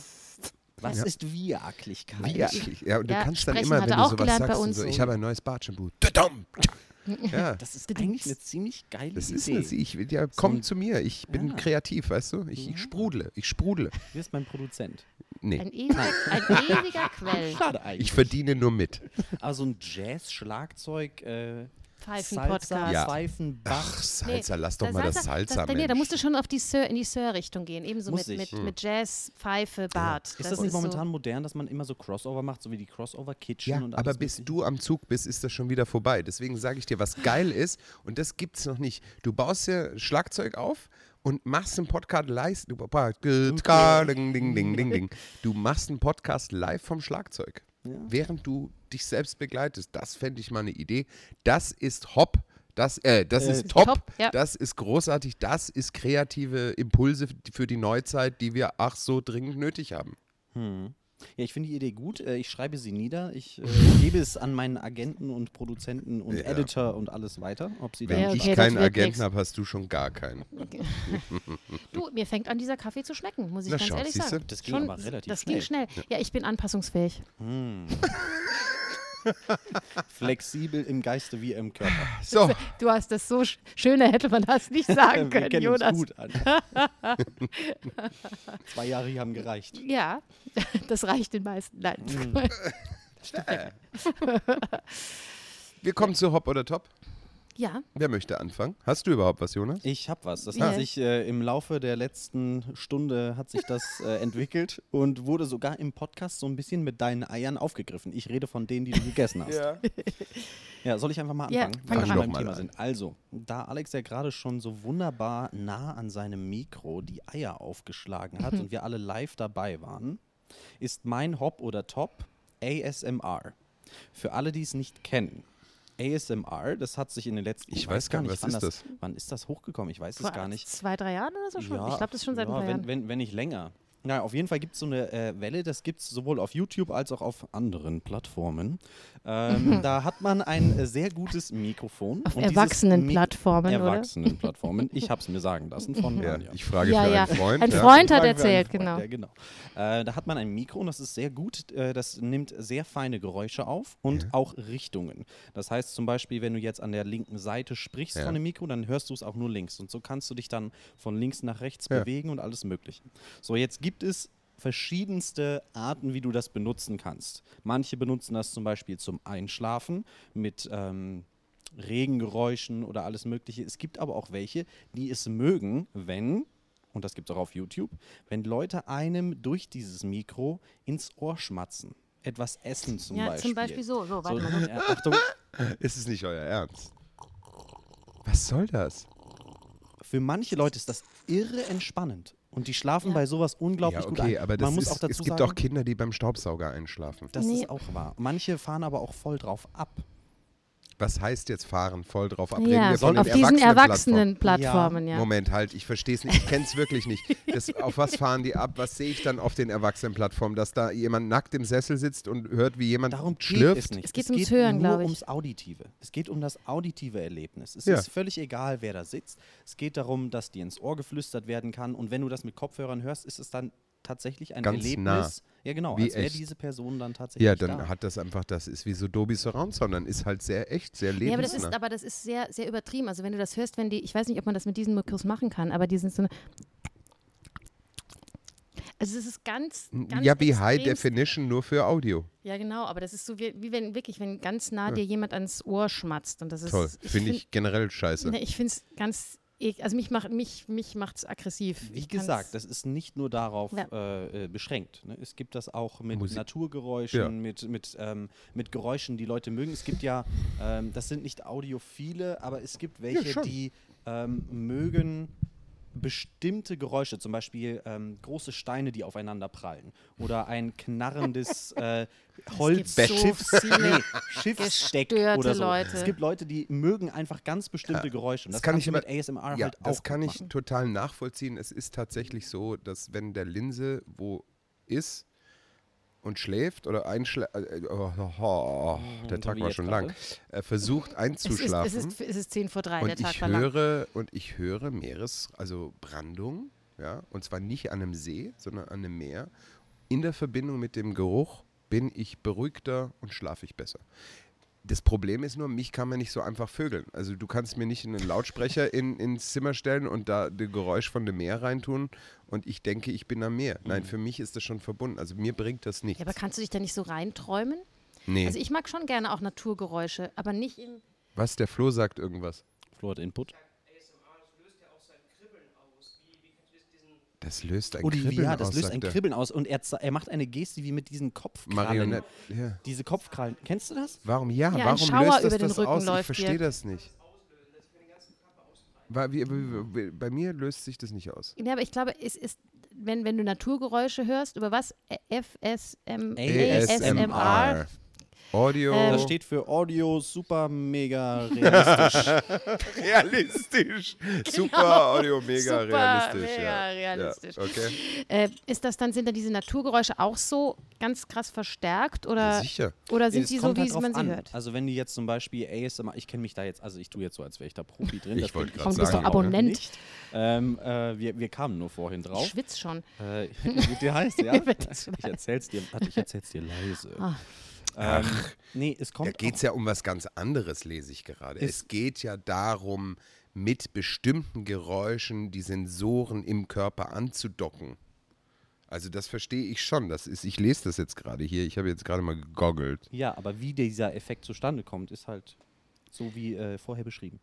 Was
Ja.
ist Wiaklichkeit?
Wie eigentlich? Ja, und du
Ja,
kannst dann
sprechen
immer,
hat
wenn
er
du
auch
sowas
gelernt bei
sagst, und
uns. *laughs*
so, ich habe ein neues Bartshampoo. Tadam! Ja.
Das ist eigentlich eine ziemlich geile
Das ist
Idee.
es. Ich, ja, komm zu mir. Ich bin kreativ, weißt du? Ich, ich sprudle. Ich sprudle.
Hier ist mein Produzent.
Nee.
Mhm. Ein ewiger,
*laughs*
ein ewiger Quell.
Schade eigentlich.
Ich verdiene nur mit.
Also ein Jazz-Schlagzeug, äh,
Pfeifen-Podcast.
Salsa,
Ja.
Pfeifenbach.
Ach, Salsa, lass doch
da
mal das
Salsa-
Salsa,
das, Nee, da
Mensch.
musst du schon auf die Sir, in die Sir-Richtung gehen. Ebenso
Muss
mit,
ich.
mit, mit Jazz, Pfeife, Bart.
Ist das, nicht
so-
momentan modern, dass man immer so Crossover macht, so wie die Crossover-Kitchen?
Ja,
und
aber
alles
bis
Mögliche?
du am Zug bist, ist das schon wieder vorbei. Deswegen sage ich dir, was geil ist, und das gibt's noch nicht. Du baust dir Schlagzeug auf und machst einen Podcast live. Du, ding, ding, ding, ding, ding. du machst einen Podcast live vom Schlagzeug, während du dich selbst begleitest. Das fände ich mal eine Idee. Das ist Hop. Das, äh, das ist top,
top, ja.
das ist großartig, das ist kreative Impulse für die Neuzeit, die wir ach so dringend nötig haben.
Ja, ich finde die Idee gut. Äh, Ich schreibe sie nieder. Ich äh,
*laughs*
gebe es an meinen Agenten und Produzenten und
Ja.
Editor und alles weiter, ob sie
Wenn
Ja,
da.
okay,
ich
das
keinen
wird
Agenten
nix.
habe, hast du schon gar keinen.
Du, mir fängt an, dieser Kaffee zu schmecken, muss ich
Na,
ganz
schau,
ehrlich
siehste.
sagen.
Das ging
Schon-
aber relativ
Das ging schnell. Ja, ich bin anpassungsfähig.
Flexibel im Geiste wie im Körper.
So,
Du hast das so sch schöner, hätte man das
*laughs*
nicht sagen
Wir
können,
kennen
Jonas. *laughs*
uns gut an. Zwei Jahre haben gereicht.
Ja, *laughs* das reicht den meisten. Nein.
Hm.
Äh.
*laughs* wir kommen zu Hop oder Top.
*laughs* ja,
Wer möchte anfangen? Hast du überhaupt was, Jonas?
Ich habe was. Das
Ja.
hat sich äh, im Laufe der letzten Stunde hat sich das äh, entwickelt und wurde sogar im Podcast so ein bisschen mit deinen Eiern aufgegriffen. Ich rede von denen, die du gegessen hast. Ja, soll ich einfach mal
Ja,
anfangen?
fang
Weil
doch
wir
an.
beim
Fang doch
Thema
mal an.
sind. Also, da Alex ja gerade schon so wunderbar nah an seinem Mikro die Eier aufgeschlagen
Mhm.
hat und wir alle live dabei waren, ist mein Hop oder Top ASMR. Für alle, die es nicht kennen. ASMR, das hat sich in den letzten
Ich weiß gar nicht, was
wann
ist
das, wann ist das hochgekommen? Ich weiß
vor
es gar nicht.
zwei, drei Jahren oder so schon.
Ja,
ich glaube, das ist schon seit
ja,
ein paar
wenn,
Jahren.
wenn, wenn nicht länger. Naja, auf jeden Fall gibt es so eine äh, Welle, das gibt es sowohl auf YouTube als auch auf anderen Plattformen.
*laughs*
Ähm, da hat man ein äh, sehr gutes Mikrofon.
Auf
dieses
Erwachsenenplattformen, oder?
Erwachsenenplattformen. Ich habe es mir sagen lassen von
Ja,
Anja.
ich frage
*laughs* Ja,
für
ja.
einen Freund.
Ein
ja.
Freund hat
Fragen für
erzählt,
einen
genau.
Freund, Ja, genau. Äh, da hat man ein Mikro und das ist sehr gut. Äh, das nimmt sehr feine Geräusche auf und auch Richtungen. Das heißt zum Beispiel, wenn du jetzt an der linken Seite sprichst
Ja.
von dem Mikro, dann hörst du es auch nur links. Und so kannst du dich dann von links nach rechts
Ja.
bewegen und alles Mögliche. So, jetzt gibt es verschiedenste Arten, wie du das benutzen kannst. Manche benutzen das zum Beispiel zum Einschlafen mit ähm, Regengeräuschen oder alles Mögliche. Es gibt aber auch welche, die es mögen, wenn, und das gibt es auch auf YouTube, wenn Leute einem durch dieses Mikro ins Ohr schmatzen. Etwas essen zum
ja,
Beispiel.
zum Beispiel so. So, warte mal.
ja, Achtung,
Ist es nicht euer Ernst? Was soll das?
für manche Leute ist das irre entspannend. Und die schlafen bei sowas unglaublich
ja,
gut
okay,
ein.
aber das
Man muss
ist,
auch dazu
es gibt
sagen,
auch Kinder, die beim Staubsauger einschlafen.
das
Nee.
ist auch wahr. Manche fahren aber auch voll drauf ab.
Was heißt jetzt fahren? Voll drauf ab.
Ja,
wir von
auf
den
diesen
Erwachsenenplattformen.
Erwachsenenplattformen, ja.
Moment, halt, ich verstehe es nicht. Ich kenne es wirklich nicht. Das, auf was fahren die ab? Was sehe ich dann auf den Erwachsenenplattformen? Dass da jemand nackt im Sessel sitzt und hört, wie jemand
Darum
schlürft?
geht es nicht.
Es geht ums Hören,
nur
glaub ich.
ums Auditive. Es geht um das auditive Erlebnis. Es
Ja.
ist völlig egal, wer da sitzt. Es geht darum, dass dir ins Ohr geflüstert werden kann. Und wenn du das mit Kopfhörern hörst, ist es dann tatsächlich ein
Ganz
Erlebnis.
nah.
Ja, genau.
Wie
als wäre
echt.
diese Person dann tatsächlich
Ja, dann
da.
hat das einfach, das ist wie so Dolby Surround, sondern ist halt sehr echt, sehr lebensnah.
Ja, aber das ist, aber das ist sehr, sehr übertrieben. Also wenn du das hörst, wenn die, ich weiß nicht, ob man das mit diesen Mikros machen kann, aber die sind so eine. Also es ist ganz, ganz
ja, wie High
extremst-
Definition nur für Audio.
Ja, genau, aber das ist so wie, wie wenn wirklich, wenn ganz nah dir jemand ans Ohr schmatzt und das ist.
Toll, finde ich generell scheiße.
Ne, ich finde es ganz, ek- also mich macht mich, mich macht's aggressiv.
Wie
Ich kann's-
gesagt, das ist nicht nur darauf
Ja.
äh, äh, beschränkt. Ne? Es gibt das auch mit
Musik.
Naturgeräuschen,
Ja.
mit, mit, ähm, mit Geräuschen, die Leute mögen. Es gibt ja, ähm, das sind nicht audiophile, aber es gibt welche,
schon.
die ähm, mögen bestimmte Geräusche, zum Beispiel ähm, große Steine, die aufeinander prallen oder ein
*laughs*
knarrendes äh, Holz,
gibt so
Schiffs-
viele
*laughs* nee, Schiffssteck
gestörte
oder so.
Leute.
Es gibt Leute, die mögen einfach ganz bestimmte Geräusche. Und das,
kann
kannst
ich
du
aber-
mit ASMR
ja,
halt auch
das kann
gut
ich total nachvollziehen. Es ist tatsächlich so, dass wenn der Linse wo ist und schläft oder einschläft, äh, oh, oh, oh, oh, der
so
Tag
wie
war
jetzt
schon
gerade.
lang, äh, versucht
es ist,
einzuschlafen
es, ist, es ist 10 vor 3, der
und
Tag
ich
war lang.
höre und ich höre Meeres, also Brandung, ja, und zwar nicht an einem See, sondern an einem Meer. In der Verbindung mit dem Geruch bin ich beruhigter und schlafe ich besser. Das Problem ist nur, mich kann man nicht so einfach vögeln. Also du kannst mir nicht einen
*laughs*
Lautsprecher in, ins Zimmer stellen und da das Geräusch von dem Meer reintun und ich denke, ich bin am Meer. Nein, für mich ist das schon verbunden. Also mir bringt das nichts.
Mhm. Ja, aber kannst du dich da nicht so reinträumen?
nee.
Also ich mag schon gerne auch Naturgeräusche, aber nicht im.
Was, der Flo sagt irgendwas.
Flo hat Input.
Das löst ein
Oh,
Kribbeln
die, ja, das
aus,
löst
sagt
ein
er.
Kribbeln aus und er, ze- er macht eine Geste wie mit diesen Kopfkrallen.
Marionette. Ja.
Diese Kopfkrallen. Kennst du das?
Warum ja?
ein
warum
Schauer
löst das
über den
das
Rücken
aus? ich
läuft
verstehe
dir.
das nicht. Wa- wie- wie- wie- Bei mir löst sich das nicht aus.
Ja, aber ich glaube, es ist, wenn, wenn du Naturgeräusche hörst, über was? FSM
ASMR.
ASMR.
Audio.
Ähm,
Das steht für Audio
*laughs*
Super Mega Realistisch.
realistisch. Super Audio, mega
Genau. Super,
realistisch.
mega
ja.
realistisch.
Ja. Okay.
Äh, ist das dann, sind dann diese Naturgeräusche auch so ganz krass verstärkt oder,
Sicher.
oder
Nee,
sind
das
sie so,
kommt
wie
halt
es
drauf
man sie
an.
hört?
Also wenn du jetzt zum Beispiel ASMR, ich kenne mich da jetzt, also ich tue jetzt so, als wäre ich da Profi drin.
Ich
das
wollte
bin
gerade
Komm, du bist
sagen,
doch
auch, ne?
Abonnent.
Nicht. Ähm, äh, wir, wir kamen nur vorhin
Ich
drauf.
schwitze schon.
Äh, *laughs* wie der heißt,
*laughs*
ja?
Wenn das
Ich erzähl's dir, warte, ich erzähl's dir leise.
Ah.
Ähm, nee, es kommt
Da geht es ja um was ganz anderes, lese ich gerade. Es geht ja darum, mit bestimmten Geräuschen die Sensoren im Körper anzudocken. Also das verstehe ich schon. Das ist, ich lese das jetzt gerade hier. Ich habe jetzt gerade mal gegoggelt.
auch, Ja, aber wie dieser Effekt zustande kommt, ist halt so wie äh, vorher beschrieben.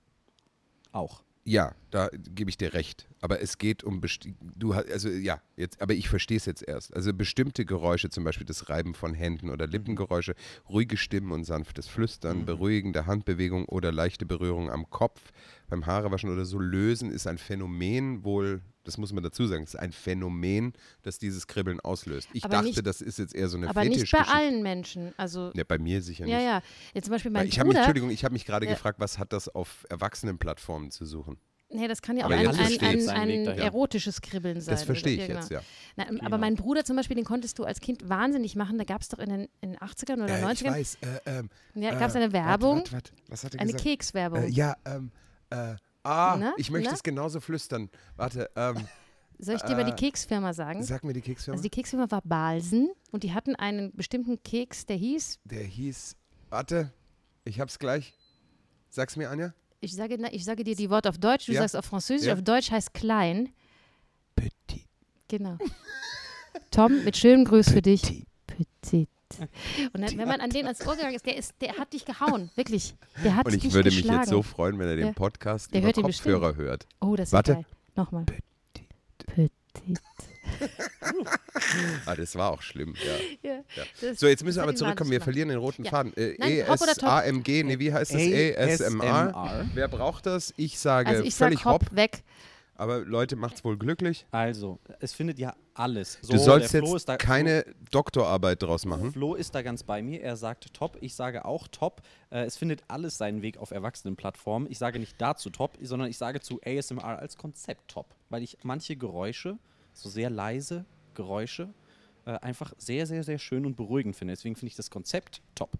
Auch.
Ja, da gebe ich dir recht. Aber es geht um besti- du ha- also ja, jetzt, aber ich verstehe es jetzt erst. Also bestimmte Geräusche, zum Beispiel das Reiben von Händen oder Lippengeräusche, ruhige Stimmen und sanftes Flüstern,
Mhm.
beruhigende Handbewegung oder leichte Berührung am Kopf, beim Haarewaschen oder so lösen, ist ein Phänomen wohl, das muss man dazu sagen, es ist ein Phänomen, das dieses Kribbeln auslöst. Ich
Aber
dachte,
nicht-
das ist jetzt eher so eine
Aber nicht bei
Fetischgeschichte.
allen Menschen. Also,
Ja, bei mir sicher
ja,
nicht.
ja. Jetzt zum Beispiel
Weil
mein
Ich habe mich,
Bruder.
Entschuldigung, ich habe mich gerade
Ja.
gefragt, was hat das auf Erwachsenenplattformen zu suchen?
Nee, das kann ja auch
Aber
ein,
jetzt
ein,
verstehe
ein,
ich's.
Seinen Weg
ein
dahin.
erotisches Kribbeln sein.
Das verstehe ich
genau.
jetzt, ja.
Na, ähm, Aber mein Bruder zum Beispiel, den konntest du als Kind wahnsinnig machen. Da gab es doch in den, in den 80ern oder
Äh,
90ern.
ich weiß. Äh, ähm,
Ja,
äh,
gab's eine
warte,
Werbung?
warte, warte, was hat er
Eine
gesagt?
Kekswerbung.
Äh, ja, ähm, äh, ah,
Na?
ich möchte
Na?
es genauso flüstern. Warte, ähm,
Soll ich dir mal die
äh,
Keksfirma sagen?
sag mir die Keksfirma.
Also die Keksfirma war Balsen und die hatten einen bestimmten Keks, der hieß,
Der hieß, warte, ich hab's gleich. Sag's mir, Anja.
ich sage, na, ich sage dir die Worte auf Deutsch, du
Ja.
sagst auf Französisch,
Ja.
auf Deutsch heißt klein.
Petit.
Genau. Tom, mit schönem Grüß für dich. Petit. Und dann, wenn man an den ans Ohr gegangen ist, der, ist, der hat dich gehauen, wirklich. Der hat
Und
dich
ich würde mich
geschlagen.
jetzt so freuen, wenn er den
Ja.
Podcast
Der
über
hört ihn
Kopfhörer hört.
oh, das ist
Warte.
geil. Nochmal. Petit.
Ah, das war auch schlimm. Ja.
Ja, *laughs* das-
So, jetzt müssen wir
das
aber
hat ihn
zurückkommen. Wir
wahnsinnig gemacht.
verlieren den roten
Ja.
Faden. Äh,
Nein, Hop oder Top?
AMG, nee, wie heißt das? E ASMR.
ASMR.
Wer braucht das? Ich sage
Also ich
völlig
sag Hopp, weg.
aber Leute, macht's wohl glücklich.
Also, es findet ja alles. So,
Du sollst
der Flo
jetzt
ist da,
keine Mhm. Doktorarbeit draus
Flo,
machen.
Flo ist da ganz bei mir. Er sagt top. Ich sage auch top. Äh, es findet alles seinen Weg auf Erwachsenenplattformen. Ich sage nicht dazu top, sondern ich sage zu ASMR als Konzept top. Weil ich manche Geräusche, so sehr leise Geräusche, äh, einfach sehr, sehr, sehr schön und beruhigend finde. Deswegen finde ich das Konzept top.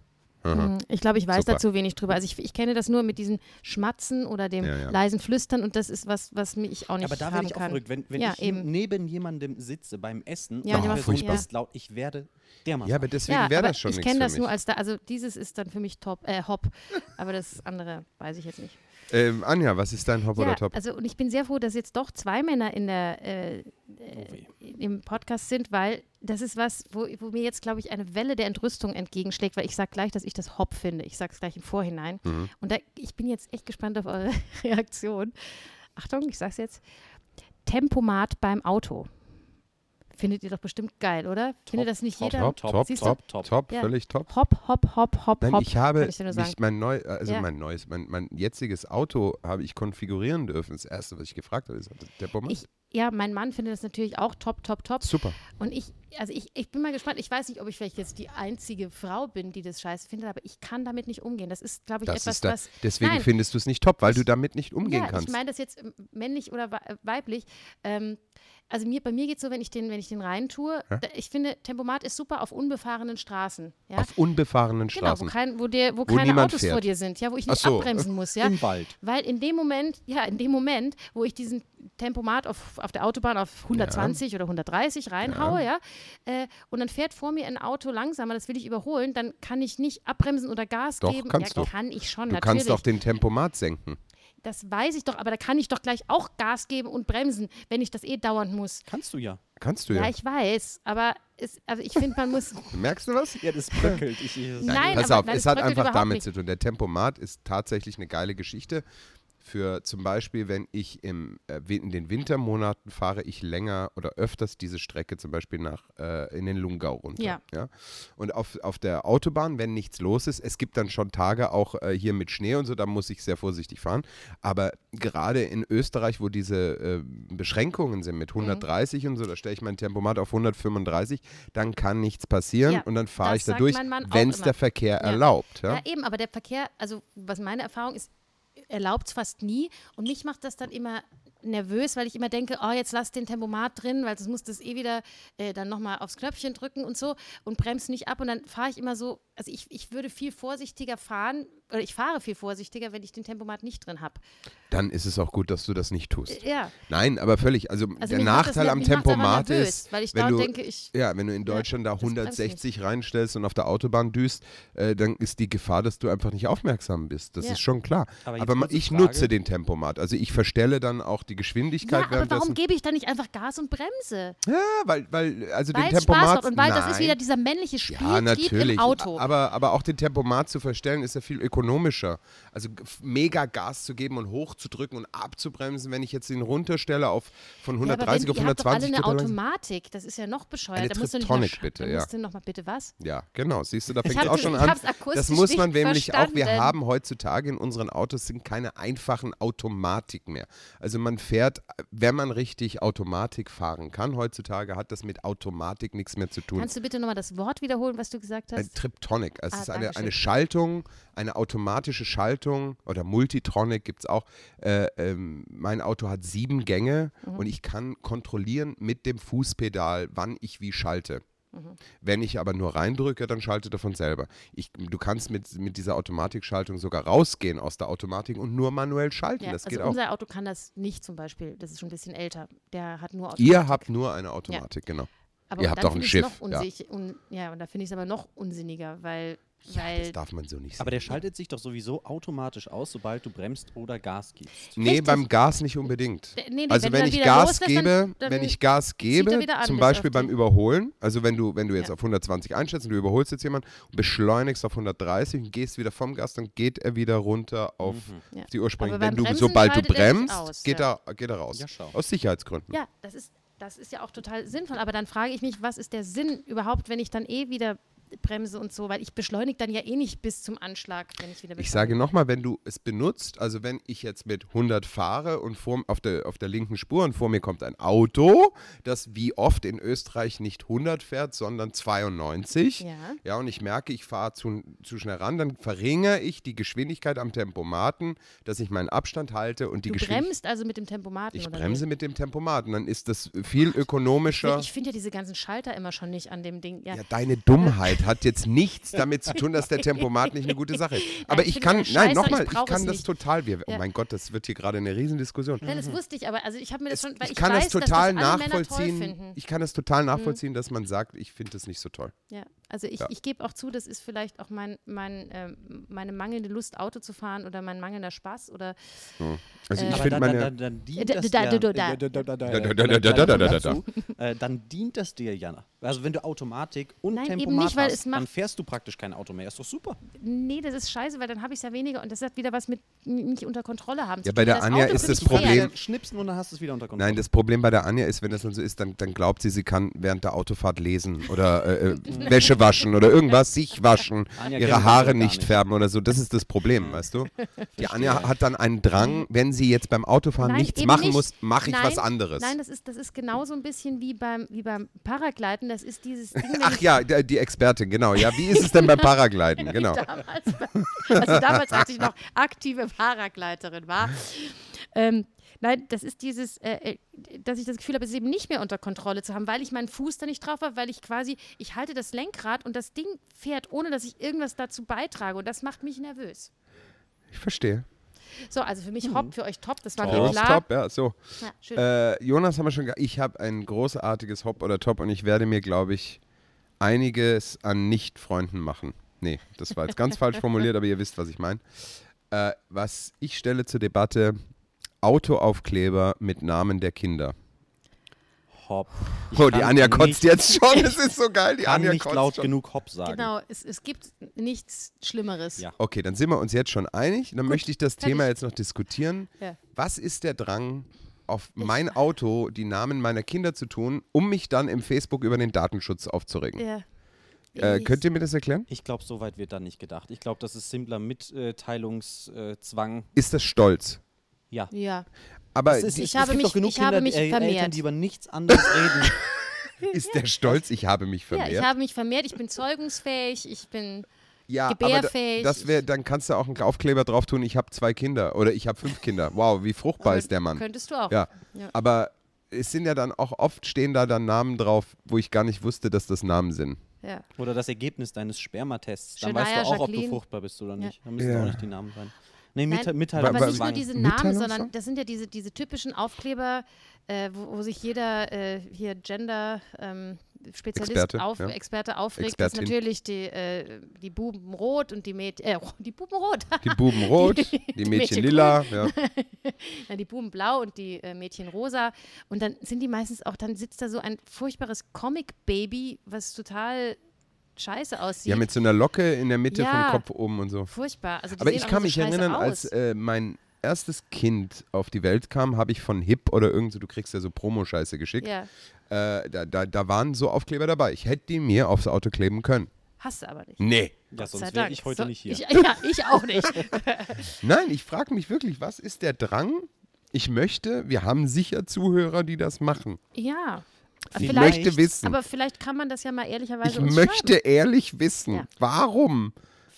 Mhm. Ich glaube, ich weiß
Super.
dazu wenig drüber. Also ich, ich kenne das nur mit diesem Schmatzen oder dem
Ja, ja.
leisen Flüstern und das ist was, was mich ich auch nicht
Aber da
haben
werde ich auch
kann.
verrückt. Wenn, wenn
Ja,
ich
eben.
neben jemandem sitze beim Essen
Ja,
und die
jemand
Person
furchtbar.
ist laut, ich werde dermaßen.
Ja, aber deswegen
ja,
wäre
aber
das schon
ich
nichts
kenne das
für
nur
mich.
als da, also dieses ist dann für mich top, äh, hopp, aber das andere weiß ich jetzt nicht.
Ähm, Anja, was ist dein Hop
ja,
oder Top?
also und ich bin sehr froh, dass jetzt doch zwei Männer in der äh,
Oh weh.
im Podcast sind, weil das ist was, wo, wo mir jetzt, glaube ich, eine Welle der Entrüstung entgegenschlägt, weil ich sage gleich, dass ich das Hop finde. Ich sage es gleich im Vorhinein.
Mhm.
Und da, ich bin jetzt echt gespannt auf eure *laughs* Reaktion. Achtung, ich sage es jetzt. Tempomat beim Auto. Findet ihr doch bestimmt geil, oder? Findet das nicht
top,
jeder?
top, top,
Siehst
top,
du?
top,
Top.
Ja.
völlig top.
Hop, hop, hop, hop,
Nein,
hop.
ich habe
kann ich dir nur sagen.
mich mein neu, also
Ja.
mein neues, mein, mein jetziges Auto habe ich konfigurieren dürfen. Das erste, was ich gefragt habe, ist also der Bomber.
Ich- ja, mein Mann findet das natürlich auch top, top, top.
Super.
Und ich, also ich, ich bin mal gespannt. Ich weiß nicht, ob ich vielleicht jetzt die einzige Frau bin, die das scheiße findet, aber ich kann damit nicht umgehen. Das ist, glaube ich,
Das
etwas,
ist da,
was.
deswegen
Nein.
findest du es nicht top, weil du damit nicht umgehen
ja,
kannst.
Ich meine das jetzt ähm, männlich oder wei- äh, weiblich. Ähm, also mir, bei mir geht es so, wenn ich den, wenn ich den rein tue, da, ich finde, Tempomat ist super auf unbefahrenen Straßen. Ja?
Auf unbefahrenen
genau, wo,
Straßen.
kein, wo, dir, wo, keine
niemand
Autos
fährt.
vor dir sind, ja, wo ich
Ach
nicht
so.
abbremsen muss,
*laughs*
ja.
Im Wald.
Weil in dem Moment, ja, in dem Moment, wo ich diesen Tempomat auf, auf der Autobahn auf 120 oder 130 reinhaue, ja, äh, und dann fährt vor mir ein Auto langsamer, das will ich überholen, dann kann ich nicht abbremsen oder Gas
Doch,
geben.
kannst
ja,
du.
kann ich schon,
du
natürlich.
kannst doch den Tempomat senken.
das weiß ich doch, aber da kann ich doch gleich auch Gas geben und bremsen, wenn ich das eh dauernd muss.
Kannst du ja.
Kannst du
Ja,
ja.
ich weiß, aber es, also ich finde,
*laughs*
man muss.
Merkst du was?
Ja, das bröckelt. Ich, ich, das-
Nein,
Pass
aber,
auf,
nein,
es
das
hat
bröckelt
einfach
überhaupt
damit
nicht.
zu tun. Der Tempomat ist tatsächlich eine geile Geschichte. Für zum Beispiel, wenn ich im, äh, Win- in den Wintermonaten fahre, ich länger oder öfters diese Strecke zum Beispiel nach äh, in den Lungau runter.
Ja.
Und auf, auf der Autobahn, wenn nichts los ist, es gibt dann schon Tage auch äh, hier mit Schnee und so, da muss ich sehr vorsichtig fahren. Aber gerade in Österreich, wo diese äh, Beschränkungen sind mit
Mhm.
130 und so, da stelle ich mein Tempomat auf 135, dann kann nichts passieren
Ja,
und dann fahre
das
ich da
sagt
durch,
mein Mann auch
wenn es
immer.
der Verkehr
Ja.
erlaubt. Ja?
Ja, eben, aber der Verkehr, also was meine Erfahrung ist, erlaubt es fast nie. Und mich macht das dann immer nervös, weil ich immer denke, oh, jetzt lass den Tempomat drin, weil sonst muss das eh wieder äh, dann nochmal aufs Knöpfchen drücken und so und bremst nicht ab. Und dann fahre ich immer so, also ich, ich würde viel vorsichtiger fahren, oder ich fahre viel vorsichtiger, wenn ich den Tempomat nicht drin habe.
Dann ist es auch gut, dass du das nicht tust.
Ja.
Nein, aber völlig. Also, der
mich macht das
Nachteil
ner-
am
mich macht's einfach
Tempomat
nervös,
ist,
weil ich
wenn du,
dauernd denke, ich-
ja, wenn du in Deutschland da
das bremst
160 reinstellst und auf der Autobahn düst, äh, dann ist die Gefahr, dass du einfach nicht aufmerksam bist. Das
Ja.
ist schon klar. Aber,
Aber jetzt
ma-
kurze
ich
Frage.
nutze den Tempomat. Also ich verstelle dann auch die Geschwindigkeit
Ja, aber warum
währenddessen.
gebe ich dann nicht einfach Gas und bremse?
ja, weil, weil, also
Weil
den
es Spaß
Tempomat.
macht und weil das ist
nein.
wieder dieser männliche Spieltrieb
Ja, natürlich.
im Auto.
Aber, aber auch den Tempomat zu verstellen ist ja viel ökonomischer. Also g- f- mega Gas zu geben und hochzudrücken und abzubremsen, wenn ich jetzt den runterstelle auf von
Ja, aber
130
wenn,
auf
ihr habt doch alle
120
eine
total langsam.
Automatik, das ist ja noch bescheuert.
Eine
da musst du nicht mal
Triptonic,
sch-
bitte,
da
ja.
musst du noch mal bitte was?
Ja, genau. Siehst du, da fängt es
hab's-
auch schon
ich
an.
hab's akustisch
Das muss man
nicht
nämlich auch. Wir
verstanden.
haben heutzutage in unseren Autos sind keine einfachen Automatik mehr. Also man fährt, wenn man richtig Automatik fahren kann, heutzutage hat das mit Automatik nichts mehr zu tun.
Kannst du bitte nochmal das Wort wiederholen, was du gesagt
Ein
hast?
Triptonic. Also
Ah,
es ist eine,
Dankeschön.
eine Schaltung, eine automatische Schaltung oder Multitronic gibt es auch. Äh, ähm, mein Auto hat sieben Gänge
Mhm.
und ich kann kontrollieren mit dem Fußpedal, wann ich wie schalte.
Mhm.
Wenn ich aber nur reindrücke, dann schaltet er von selber. Ich, du kannst mit, mit dieser Automatikschaltung sogar rausgehen aus der Automatik und nur manuell schalten.
Ja,
das
also
geht auch.
unser Auto kann das nicht zum Beispiel. Das ist schon ein bisschen älter. Der hat nur Auto.
Ihr habt nur eine Automatik, genau.
aber
ihr habt
dann
doch ein
find ich's
Schiff,
Noch
ja.
unsich, un, ja, und da finde ich es aber noch unsinniger, weil, weil
Das darf man so nicht sagen.
Aber der schaltet sich doch sowieso automatisch aus, sobald du bremst oder Gas gibst.
Nee,
Richtig.
beim Gas nicht unbedingt.
Nee, nee,
also
wenn
wenn,
dann
ich
wieder
Gas
loslässt,
gebe,
dann- dann
wenn ich Gas gebe,
wieder an
zum
bis
Beispiel
auf
beim
die-
Überholen, also wenn du, wenn du jetzt
Ja.
auf 120 einstellst und du überholst jetzt jemanden, und beschleunigst auf 130 und gehst wieder vom Gas, dann geht er wieder runter auf
Mhm. Ja.
die ursprüngliche.
Aber
Wenn
beim
du,
Bremsen
sobald du
schaltet er sich
bremst,
aus,
geht,
ja.
er, geht er raus.
Ja, schau.
Aus Sicherheitsgründen.
ja, das ist, das ist ja auch total sinnvoll. Aber dann frage ich mich, was ist der Sinn überhaupt, wenn ich dann eh wieder bremse und so, weil ich beschleunige dann ja eh nicht bis zum Anschlag, wenn ich wieder
Ich
beschleunige.
sage nochmal, wenn du es benutzt, also wenn ich jetzt mit 100 fahre und vor, auf, der, auf der linken Spur und vor mir kommt ein Auto, das wie oft in Österreich nicht 100 fährt, sondern 92.
Ja.
ja und ich merke, ich fahre zu, zu schnell ran, dann verringere ich die Geschwindigkeit am Tempomaten, dass ich meinen Abstand halte und die
Du
Geschwindigkeit.
bremst also mit dem Tempomaten
Ich
oder
bremse mit dem Tempomaten, dann ist das viel ökonomischer.
Ich finde ja diese ganzen Schalter immer schon nicht an dem Ding. Ja,
Ja, deine Dummheit hat jetzt nichts damit zu tun, dass der Tempomat nicht eine gute Sache ist. Aber
ich
ich
bin
kann,
kein Scheißer,
nein, nochmal,
ich
ich
brauch
kann
es
das
nicht.
total. Wir, oh
Ja.
mein Gott, das wird hier gerade eine Riesendiskussion.
Nein, das wusste ich, aber also ich habe mir das schon, weil
mhm. Ich
ich,
kann
weiß,
das total
dass das alle Männer toll
nachvollziehen.
finden. Mhm.
Ich kann das total nachvollziehen, dass man sagt, ich finde das nicht so toll.
Ja, also ich,
Ja.
ich gebe auch zu, das ist vielleicht auch mein, mein, ähm, meine mangelnde Lust, Auto zu fahren oder mein mangelnder Spaß oder
Also
Äh,
ich
Aber
finde
dann-
meine.
dann- dann dient
Da-
das
da-
ja-
da- da-
äh, da- da- da- da-
Da- da-
da-
da- da-
da-
da- da- da- da-
dazu, äh, Dann dient das dir, Jana. Also wenn du Automatik und
Nein, eben
Tempomat
nicht, weil
hast,
es macht-
dann fährst du praktisch kein Auto mehr. Ist doch super.
nee, das ist scheiße, weil dann habe ich es ja weniger und das hat wieder was mit n- nicht unter Kontrolle haben zu
Ja,
tun.
bei der
Das
Anja
Auto
ist
finde
das
ich fair.
Problem-
Schnipsen und dann hast du es wieder unter Kontrolle.
Nein, das Problem bei der Anja ist, wenn das dann so ist, dann, dann glaubt sie, sie kann während der Autofahrt lesen oder äh,
*laughs*
äh, Wäsche waschen oder irgendwas, sich waschen,
Anja kennt
ihre
das
Haare
gar
nicht,
nicht.
färben oder so. Das ist das Problem, weißt
*laughs*
du? Die Anja hat dann einen Drang, wenn sie jetzt beim Autofahren
Nein,
nichts
eben
machen
nicht.
muss, mache ich
nein,
was anderes.
Nein, das ist, das ist genauso ein bisschen wie beim, wie beim Paragleiten. Das ist dieses Ding, wenn
Ach
ich
ja, d- die Expertin, genau. Ja, wie ist es denn beim
*laughs*
Paragliden? Genau.
damals, also damals, als ich noch aktive Paragleiterin war. Ähm, Nein, das ist dieses, äh, äh, dass ich das Gefühl habe, es eben nicht mehr unter Kontrolle zu haben, weil ich meinen Fuß da nicht drauf habe, weil ich quasi, ich halte das Lenkrad und das Ding fährt, ohne dass ich irgendwas dazu beitrage. Und das macht mich nervös.
Ich verstehe.
So, also für mich hopp, für euch top, das war
Für
mir
uns
klar.
top, ja, so.
Ja, schön.
Äh, Jonas haben wir schon. ge- Ich habe ein großartiges Hop oder Top und ich werde mir, glaube ich, einiges an Nicht-Freunden machen. Nee, das war jetzt ganz
*laughs*
falsch formuliert, aber ihr wisst, was ich meine. Äh, was ich stelle zur Debatte: Autoaufkleber mit Namen der Kinder.
Hopp. Ich
Oh, die
kann
Anja
nicht-
kotzt jetzt schon.
*laughs*
Das ist so geil. Die
kann
Anja
nicht
kotzt
laut
schon.
genug Hopp sagen.
genau, es, es gibt nichts Schlimmeres.
Ja.
Okay, dann sind wir uns jetzt schon einig. Dann möchte ich das
fertig.
Thema jetzt noch diskutieren.
Ja.
Was ist der Drang, auf mein Auto die Namen meiner Kinder zu tun, um mich dann im Facebook über den Datenschutz aufzuregen?
Ja.
Äh, könnt ihr mir das erklären?
Ich glaube, so weit wird da nicht gedacht. Ich glaube, das ist simpler Mitteilungszwang.
Ist das stolz?
Ja.
Ja.
Aber
Es ist,
die-
ich habe mich- ich habe mich
äh, Eltern,
vermehrt.
die über nichts anderes reden.
ist der stolz, ich habe mich
ja,
vermehrt?
ich habe mich vermehrt, ich bin zeugungsfähig, ich bin.
Ja, aber da,
gebärfähig.
das wär, dann kannst du auch einen Aufkleber drauf tun, ich habe zwei Kinder oder ich habe fünf Kinder. Wow, wie fruchtbar ist der Mann.
Könntest du auch.
Ja.
Ja.
aber es sind ja dann auch oft stehen da dann Namen drauf, wo ich gar nicht wusste, dass das Namen sind.
Ja.
*laughs* Oder das Ergebnis deines Spermatests. Dann
Shania
weißt du auch, ob du
Jacqueline.
fruchtbar bist oder
Ja.
nicht. Dann müssen
Ja.
auch nicht die Namen sein. Nee,
Nein,
Mitte Mitteilung.
aber nicht nur
Mitteilungszwang.
diese Namen, sondern
Mitteilungszwang?
das sind ja diese, diese typischen Aufkleber, äh, wo, wo sich jeder äh, hier Gender ähm, Spezialist
Experte,
auf,
ja.
Experte aufregt, dass
Expertin.
natürlich die, äh, die Buben rot und die Mädchen äh, *laughs* die Buben rot, *laughs*
Die Buben rot, die, Mädchen, lila. Ja.
Ja, die Buben blau und die äh, Mädchen rosa. Und dann sind die meistens auch, dann sitzt da so ein furchtbares Comic-Baby, was total scheiße aussieht.
ja, mit so einer Locke in der Mitte vom
Ja.
Kopf oben und so.
Furchtbar. Also die
Aber
sehen
ich
auch
kann
so
mich
scheiße
erinnern,
aus.
als äh, mein erstes Kind auf die Welt kam, habe ich von Hip oder irgend so, du kriegst ja so Promo-Scheiße geschickt.
ja,
Äh, da, da, da waren so Aufkleber dabei. Ich hätte die mir aufs Auto kleben können.
hast du aber nicht.
Nee.
Ja,
Sei
sonst wäre
Dank.
ich heute
So-
nicht hier.
Ich, *laughs* ja, ich auch nicht.
Nein, ich frage mich wirklich, was ist der Drang? Ich möchte, wir haben sicher Zuhörer, die das machen.
ja.
Ich
Vielleicht-
möchte wissen.
Aber vielleicht kann man das ja mal ehrlicherweise
ich
uns
möchte
schreiben.
ehrlich wissen,
Ja.
warum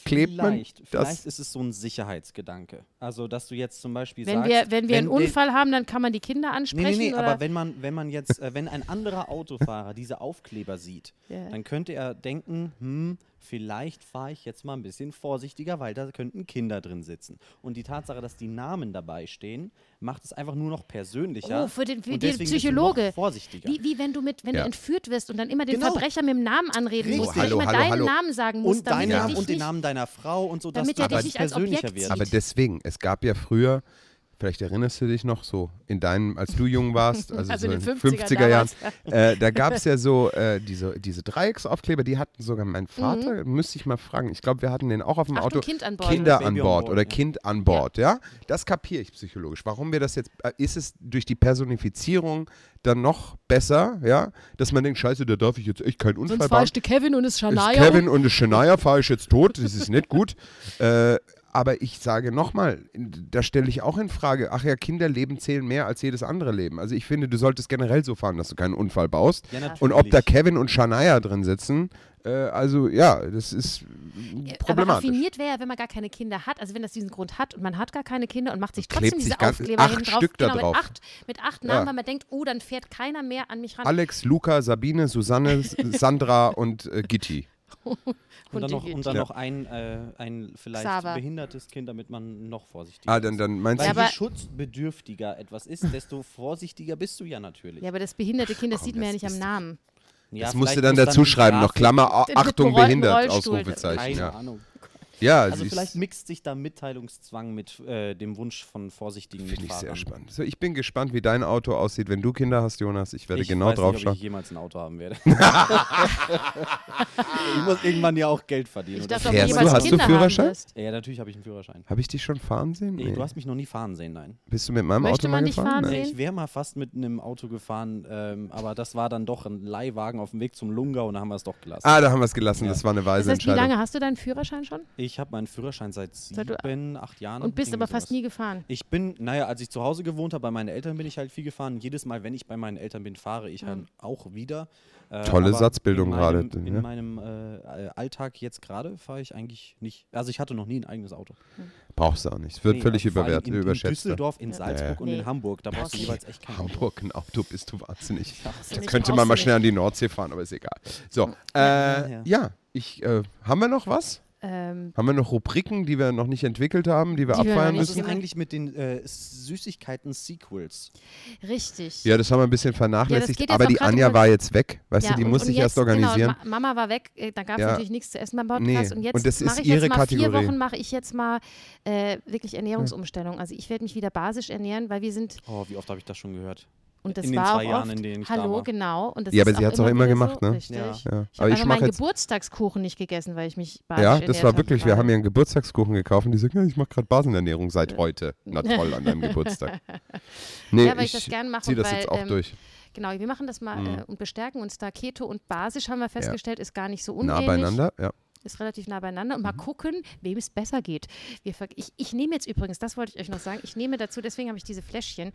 klebt
vielleicht,
man das?
vielleicht ist es so ein Sicherheitsgedanke. Also, dass du jetzt zum Beispiel
Wenn
sagst,
wir, wenn wir einen
wenn-
Unfall haben, dann kann man die Kinder
Nee,
ansprechen.
nee, nee,
oder
aber wenn man, wenn man jetzt, äh, wenn ein anderer Autofahrer diese Aufkleber sieht,
Ja.
dann könnte er denken, hm, vielleicht fahre ich jetzt mal ein bisschen vorsichtiger, weil da könnten Kinder drin sitzen. Und die Tatsache, dass die Namen dabei stehen, macht es einfach nur noch persönlicher.
Oh, für den, für
und
den
deswegen bist du
Psychologe.
Noch vorsichtiger.
Wie, wie wenn du mit, wenn
Ja.
du entführt wirst und dann immer den
Genau.
Verbrecher mit dem Namen anreden
Richtig.
musst, und
Hallo,
immer
hallo,
deinen
hallo.
Namen sagen musst,
und
damit
deinen
er
Namen
dich
und den
nicht-
Namen deiner Frau und so, dass
damit er
das
dich
nicht als
persönlicher
Objekt
wird.
sieht.
Aber deswegen, es gab ja früher, vielleicht erinnerst du dich noch so, in deinem, als du jung
*laughs*
warst, also,
Also
so in
in den
den
50er
50er Jahren, äh, da gab es ja so äh, diese, diese Dreiecksaufkleber, die hatten sogar mein Vater, müsste ich mal fragen. Ich glaube, wir hatten den auch auf dem
Achtung,
Auto.
Mhm. Kind an Bord.
Kinder
Baby
an
on
Bord
Board,
oder
ja.
Kind an Bord, ja. Das kapiere ich psychologisch. Warum wir das jetzt, äh, ist es durch die Personifizierung dann noch besser, ja, dass man denkt, scheiße, da darf ich jetzt echt keinen Unfall
Sonst
bauen.
verarschte Kevin und ist
Ist
Shania.
Kevin und ist Shania fahre ich jetzt tot, das ist nicht gut. Äh, aber ich sage nochmal, da stelle ich auch in Frage, ach ja, Kinderleben zählen mehr als jedes andere Leben. Also ich finde, du solltest generell so fahren, dass du keinen Unfall baust.
Ja, natürlich.
und ob da Kevin und Shania drin sitzen, äh, also ja, das ist
Aber
problematisch.
raffiniert wäre, wenn man gar keine Kinder hat, also wenn das diesen Grund hat und man hat gar keine Kinder und macht sich
Klebt
trotzdem
sich
diese
ganz-
Aufkleber
acht
hinten drauf,
Stück da
genau,
drauf.
Mit, acht, mit acht Namen,
Ja.
weil man denkt, oh, dann fährt keiner mehr an mich ran.
Alex, Luca, Sabine,
*laughs*
Susanne, S- Sandra und äh, Gitti.
Und dann noch,
die-
und dann
Ja.
noch ein, äh, ein vielleicht
Xaver.
behindertes Kind, damit man noch vorsichtiger
Ah, dann, dann meinst
Weil
du,
aber-
je schutzbedürftiger etwas ist, desto vorsichtiger bist du ja natürlich.
ja, aber das behinderte Kind, das
komm,
sieht man ja
das
nicht am
ist doch-
Namen.
Ja,
das musst du
vielleicht
dann
muss
dazu schreiben, noch
Grafik-
Klammer, A-
Mit
Achtung,
berollten
behindert,
Rollstuhl.
Ausrufezeichen.
Keine
Ja,
Ahnung.
ja
Also
siehst-
vielleicht mixt sich da Mitteilungszwang mit äh, dem Wunsch von vorsichtigen
Finde ich sehr
Fahrern.
spannend. So, ich bin gespannt, wie dein Auto aussieht, wenn du Kinder hast, Jonas. Ich werde
Ich
genau
weiß
drauf
nicht, ob
schauen.
ich jemals ein Auto
*laughs*
haben werde. *laughs* ich muss irgendwann ja auch Geld verdienen.
Ich
oder
dachte,
so.
ob
Fährst
du jemals
du? Hast du
Kinder haben
Führerschein?
wirst.
ja, natürlich habe ich einen Führerschein.
Habe ich dich schon fahren sehen?
Ey, Du hast mich noch nie fahren sehen, nein.
Bist du mit meinem
Möchte
Auto mal
man dich
gefahren?
fahren
Nein.
sehen?
Ich wäre mal fast mit einem Auto gefahren, ähm, aber das war dann doch ein Leihwagen auf dem Weg zum Lungau und da haben wir es doch gelassen.
Ah, da haben wir es gelassen.
Ja.
Das war eine
Das
weise
heißt, wie
Entscheidung.
lange hast du deinen Führerschein schon?
Äh, Ich habe meinen Führerschein seit
Seit du-
sieben, acht Jahren.
Und bist
irgendwie
aber fast
sowas.
nie gefahren.
Ich bin, naja, als ich zu Hause gewohnt habe, bei meinen Eltern bin ich halt viel gefahren. Jedes Mal, wenn ich bei meinen Eltern bin, fahre ich
Hm.
dann auch wieder. Äh,
Tolle
aber
Satzbildung
in meinem-
gerade,
In
ne?
meinem äh, Alltag jetzt gerade fahre ich eigentlich nicht. Also ich hatte noch nie ein eigenes Auto.
Brauchst du auch nicht. Es wird
Nee,
völlig
und vor allem
überwertet,
in, In
überschätzt.
Düsseldorf, in Salzburg
Nee.
und
Nee.
in Hamburg, da brauchst du
Okay.
jeweils echt kein Auto.
Hamburg, ein Auto, bist du wahnsinnig. Da
nicht,
könnte
brauchst
man mal
du nicht.
schnell an die Nordsee fahren, aber ist egal. So,
Ja,
äh,
ja.
ja, ich, äh, haben wir noch was?
Ähm,
Haben wir noch Rubriken, die wir noch nicht entwickelt haben, die wir
Die wir noch
abfeiern
nicht
müssen?
Was ist denn eigentlich mit den äh, Süßigkeiten-Sequels?
richtig.
Ja, das haben wir ein bisschen
Ja, das
vernachlässigt,
geht jetzt
aber
auch
die
gerade
Anja
über-
war jetzt weg. Weißt
Ja,
du, die
und-
muss
und
sich
jetzt,
erst organisieren.
Genau, Ma- Mama war weg, äh, da gab es
Ja.
natürlich nichts zu essen beim Podcast.
Nee,
Und jetzt
und das
mache
ist
ich jetzt
ihre
mal vier
Kategorie. Hm.
Wochen, mache ich jetzt mal äh, wirklich Ernährungsumstellung. Also ich werde mich wieder basisch ernähren, weil wir sind,
Oh, wie oft habe ich das schon gehört?
und das
In den
war
zwei
auch
Jahren,
oft,
in denen ich da
hallo,
war.
genau. Und das
Ja,
ist
aber sie hat's auch immer
wieder
gemacht,
so,
ne?
Richtig.
Ja.
ja.
Ich
Aber
habe
ich
einfach
mache
meinen
jetzt.
Geburtstagskuchen nicht gegessen, weil ich mich basisch
Ja,
ernährt
das war
habe
wirklich, wir
gerade.
haben ihr einen Geburtstagskuchen gekauft und die sagt, ja, ich mache gerade Basenernährung seit heute.
*laughs*
Na toll, an deinem Geburtstag. Nee,
Ja, weil ich das gern mache
zieh
und
das
weil,
jetzt auch
ähm,
durch.
Genau, wir machen das mal
Hm.
äh, und bestärken uns da. Keto und basisch haben wir festgestellt, ist gar nicht so
Nah
unähnlich.
beieinander, ja.
Ist relativ nah beieinander. Und mal gucken, wem es besser geht. Wir ver- ich, ich nehme jetzt übrigens, das wollte ich euch noch sagen, ich nehme dazu, deswegen habe ich diese Fläschchen,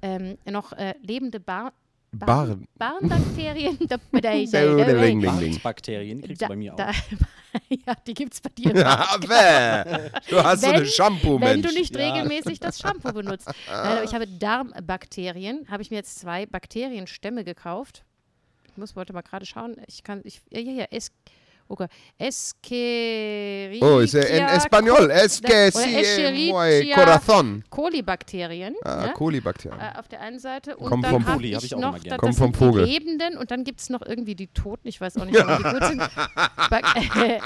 ähm, noch äh, lebende Bar *laughs*
Barren. *laughs*
Barnbakterien. Da- da- da-
Ding,
da-
ding, ding.
Bakterien kriegst du bei mir auch.
da- *laughs* Ja, die gibt es bei dir.
Aber du hast so
Wenn-
eine Shampoo,
Wenn
Mensch.
du nicht
Ja.
regelmäßig das
*laughs*
Shampoo benutzt. Nein, aber ich habe Darmbakterien, habe ich mir jetzt zwei Bakterienstämme gekauft. Ich muss, wollte mal gerade schauen. Ich kann, ich, ja, ja, ja, es, oh Gott, Escherichia.
oh, ist ja in Espanol. Es que
Oder
si eh, muy
Escherichia
corazón.
Kolibakterien.
Ah,
ne?
Kolibakterien.
Äh, auf der einen Seite. Und
Kommt
dann
vom
hab
Poli, hab
ich
ich auch
noch,
immer gern.
das
Kommt vom
sind
Vogel.
Die Lebenden und dann gibt es noch irgendwie die Toten. Ich weiß auch nicht, warum die gut
*laughs*
sind. Bak- *laughs* äh,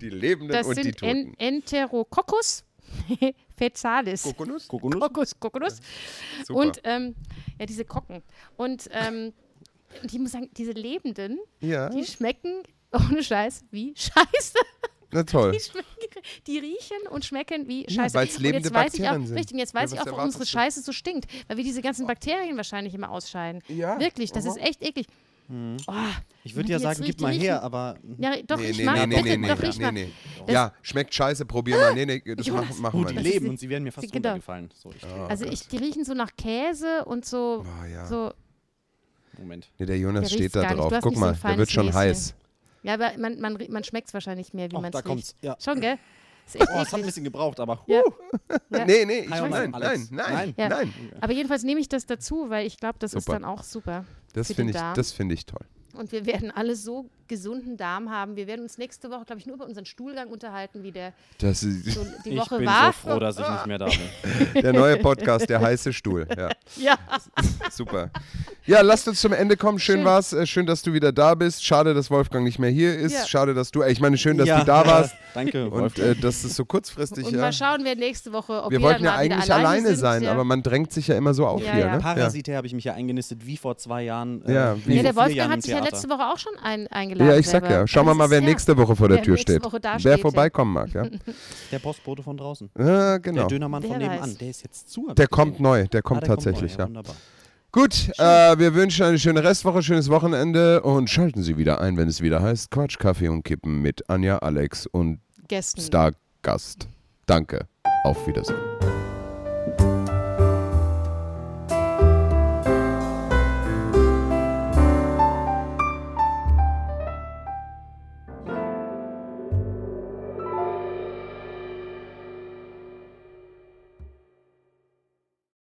Die Lebenden
das
und die
sind en
Toten.
Enterococcus *laughs* fecalis. *laughs*
Kokonus?
Kokonus?
Kokos, Kokonus.
Super.
Und ähm, ja, diese Kocken. Und ähm, und ich muss sagen, diese Lebenden,
ja,
die schmecken ohne Scheiß wie
*laughs*
Scheiße.
na toll.
Die, schmecken, die riechen und schmecken wie Scheiße.
weil's
Und
lebende
jetzt weiß
Bakterien
ich auch,
sind.
Richtig, und jetzt
Ja, was
weiß ich auch, warum unsere
erwartest du? Oh.
Scheiße so stinkt. Weil wir diese ganzen Bakterien wahrscheinlich immer ausscheiden.
Ja,
Wirklich, das
aha. Hm.
ist echt eklig. Oh, wenn
Ich würde
die
ja
jetzt
sagen, gib
richtig
mal her,
riechen-
aber
Ja, doch,
nee,
ich
nee,
mag
nee, nee,
bitte,
nee,
doch,
nee,
ich
nee,
mag.
nee. Ja, schmeckt scheiße, probier mal. Nee, nee,
*laughs*
das
Jonas.
machen, machen
oh,
wir
die
nicht.
leben und sie werden mir fast
Genau.
runtergefallen. So, ich,
Also ich, die riechen so nach Käse und so,
Oh, ja.
so
Moment.
Nee, der
Der
Jonas
riecht's
steht da
gar nicht.
drauf.
Du hast
Guck
nicht so ein
mal, der wird
feines
schon
Näschen.
heiß.
Ja, aber man, man, rie- man schmeckt es wahrscheinlich mehr, wie
Oh,
man
da
es riecht.
kommt's. Ja.
Schon, gell? Ist echt
Oh, es hat ein
eklig.
bisschen gebraucht, aber huh,
Ja. Ja.
Nee, nee, ich,
Hi,
nein,
Alex.
nein, nein,
Nein.
Ja.
nein.
Aber jedenfalls nehme ich das dazu, weil ich glaube, das ist
Super.
dann auch super.
Das
Für den
finde ich,
Darm.
das finde ich toll.
Und wir werden alle so gesunden Darm haben. Wir werden uns nächste Woche, glaube ich, nur über unseren Stuhlgang unterhalten, wie
*laughs*
der
Das ist
so die
ich
Woche oh.
bin
war.
so froh, dass ich nicht mehr da bin.
der
*laughs*
neue Podcast, der heiße Stuhl. Ja,
ja.
*laughs* super. Ja, lasst uns zum Ende kommen. Schön,
Schön.
war's. Äh, Schön, dass du wieder da bist. Schade, dass Wolfgang nicht mehr hier ist.
Ja.
Schade, dass du. Äh, ich meine, schön, dass
Ja,
du da
ja,
warst.
*laughs* Danke,
Und
Wolfgang.
äh, dass es so kurzfristig.
Und
ja.
mal schauen, wer nächste Woche, ob
Wir
wir
wollten
dann
ja
mal wieder
eigentlich
alleine
alleine
sind,
sein,
ja.
aber man drängt sich ja immer so auf
Ja,
hier.
ja.
Ne?
Parasitär habe ich mich ja eingenistet, wie vor zwei Jahren. äh,
Ja, wie- vor
ja, der
vier
Wolfgang
Jahren im
hat sich ja
Theater.
letzte Woche auch schon ein, eingeladen.
Ja, ich sag
selber.
ja. Schauen wir
Das
mal,
ist
wer
ja-
nächste Woche vor der
Wer
Tür
nächste
steht.
Woche da
Wer
steht,
vorbeikommen mag,
*laughs*
ja.
Der Postbote von draußen.
Äh, genau.
Der Dönermann
Wer
von
weiß.
nebenan, der ist jetzt zu. hab
Der
ich
kommt
gesehen.
neu, der
Ah,
kommt
der
tatsächlich,
neu,
ja.
Wunderbar.
Gut, äh, wir wünschen eine schöne Restwoche, schönes Wochenende und schalten Sie wieder ein, wenn es wieder heißt Quatsch, Kaffee und Kippen mit Anja, Alex und
Gästen.
Stargast. Danke, auf Wiedersehen.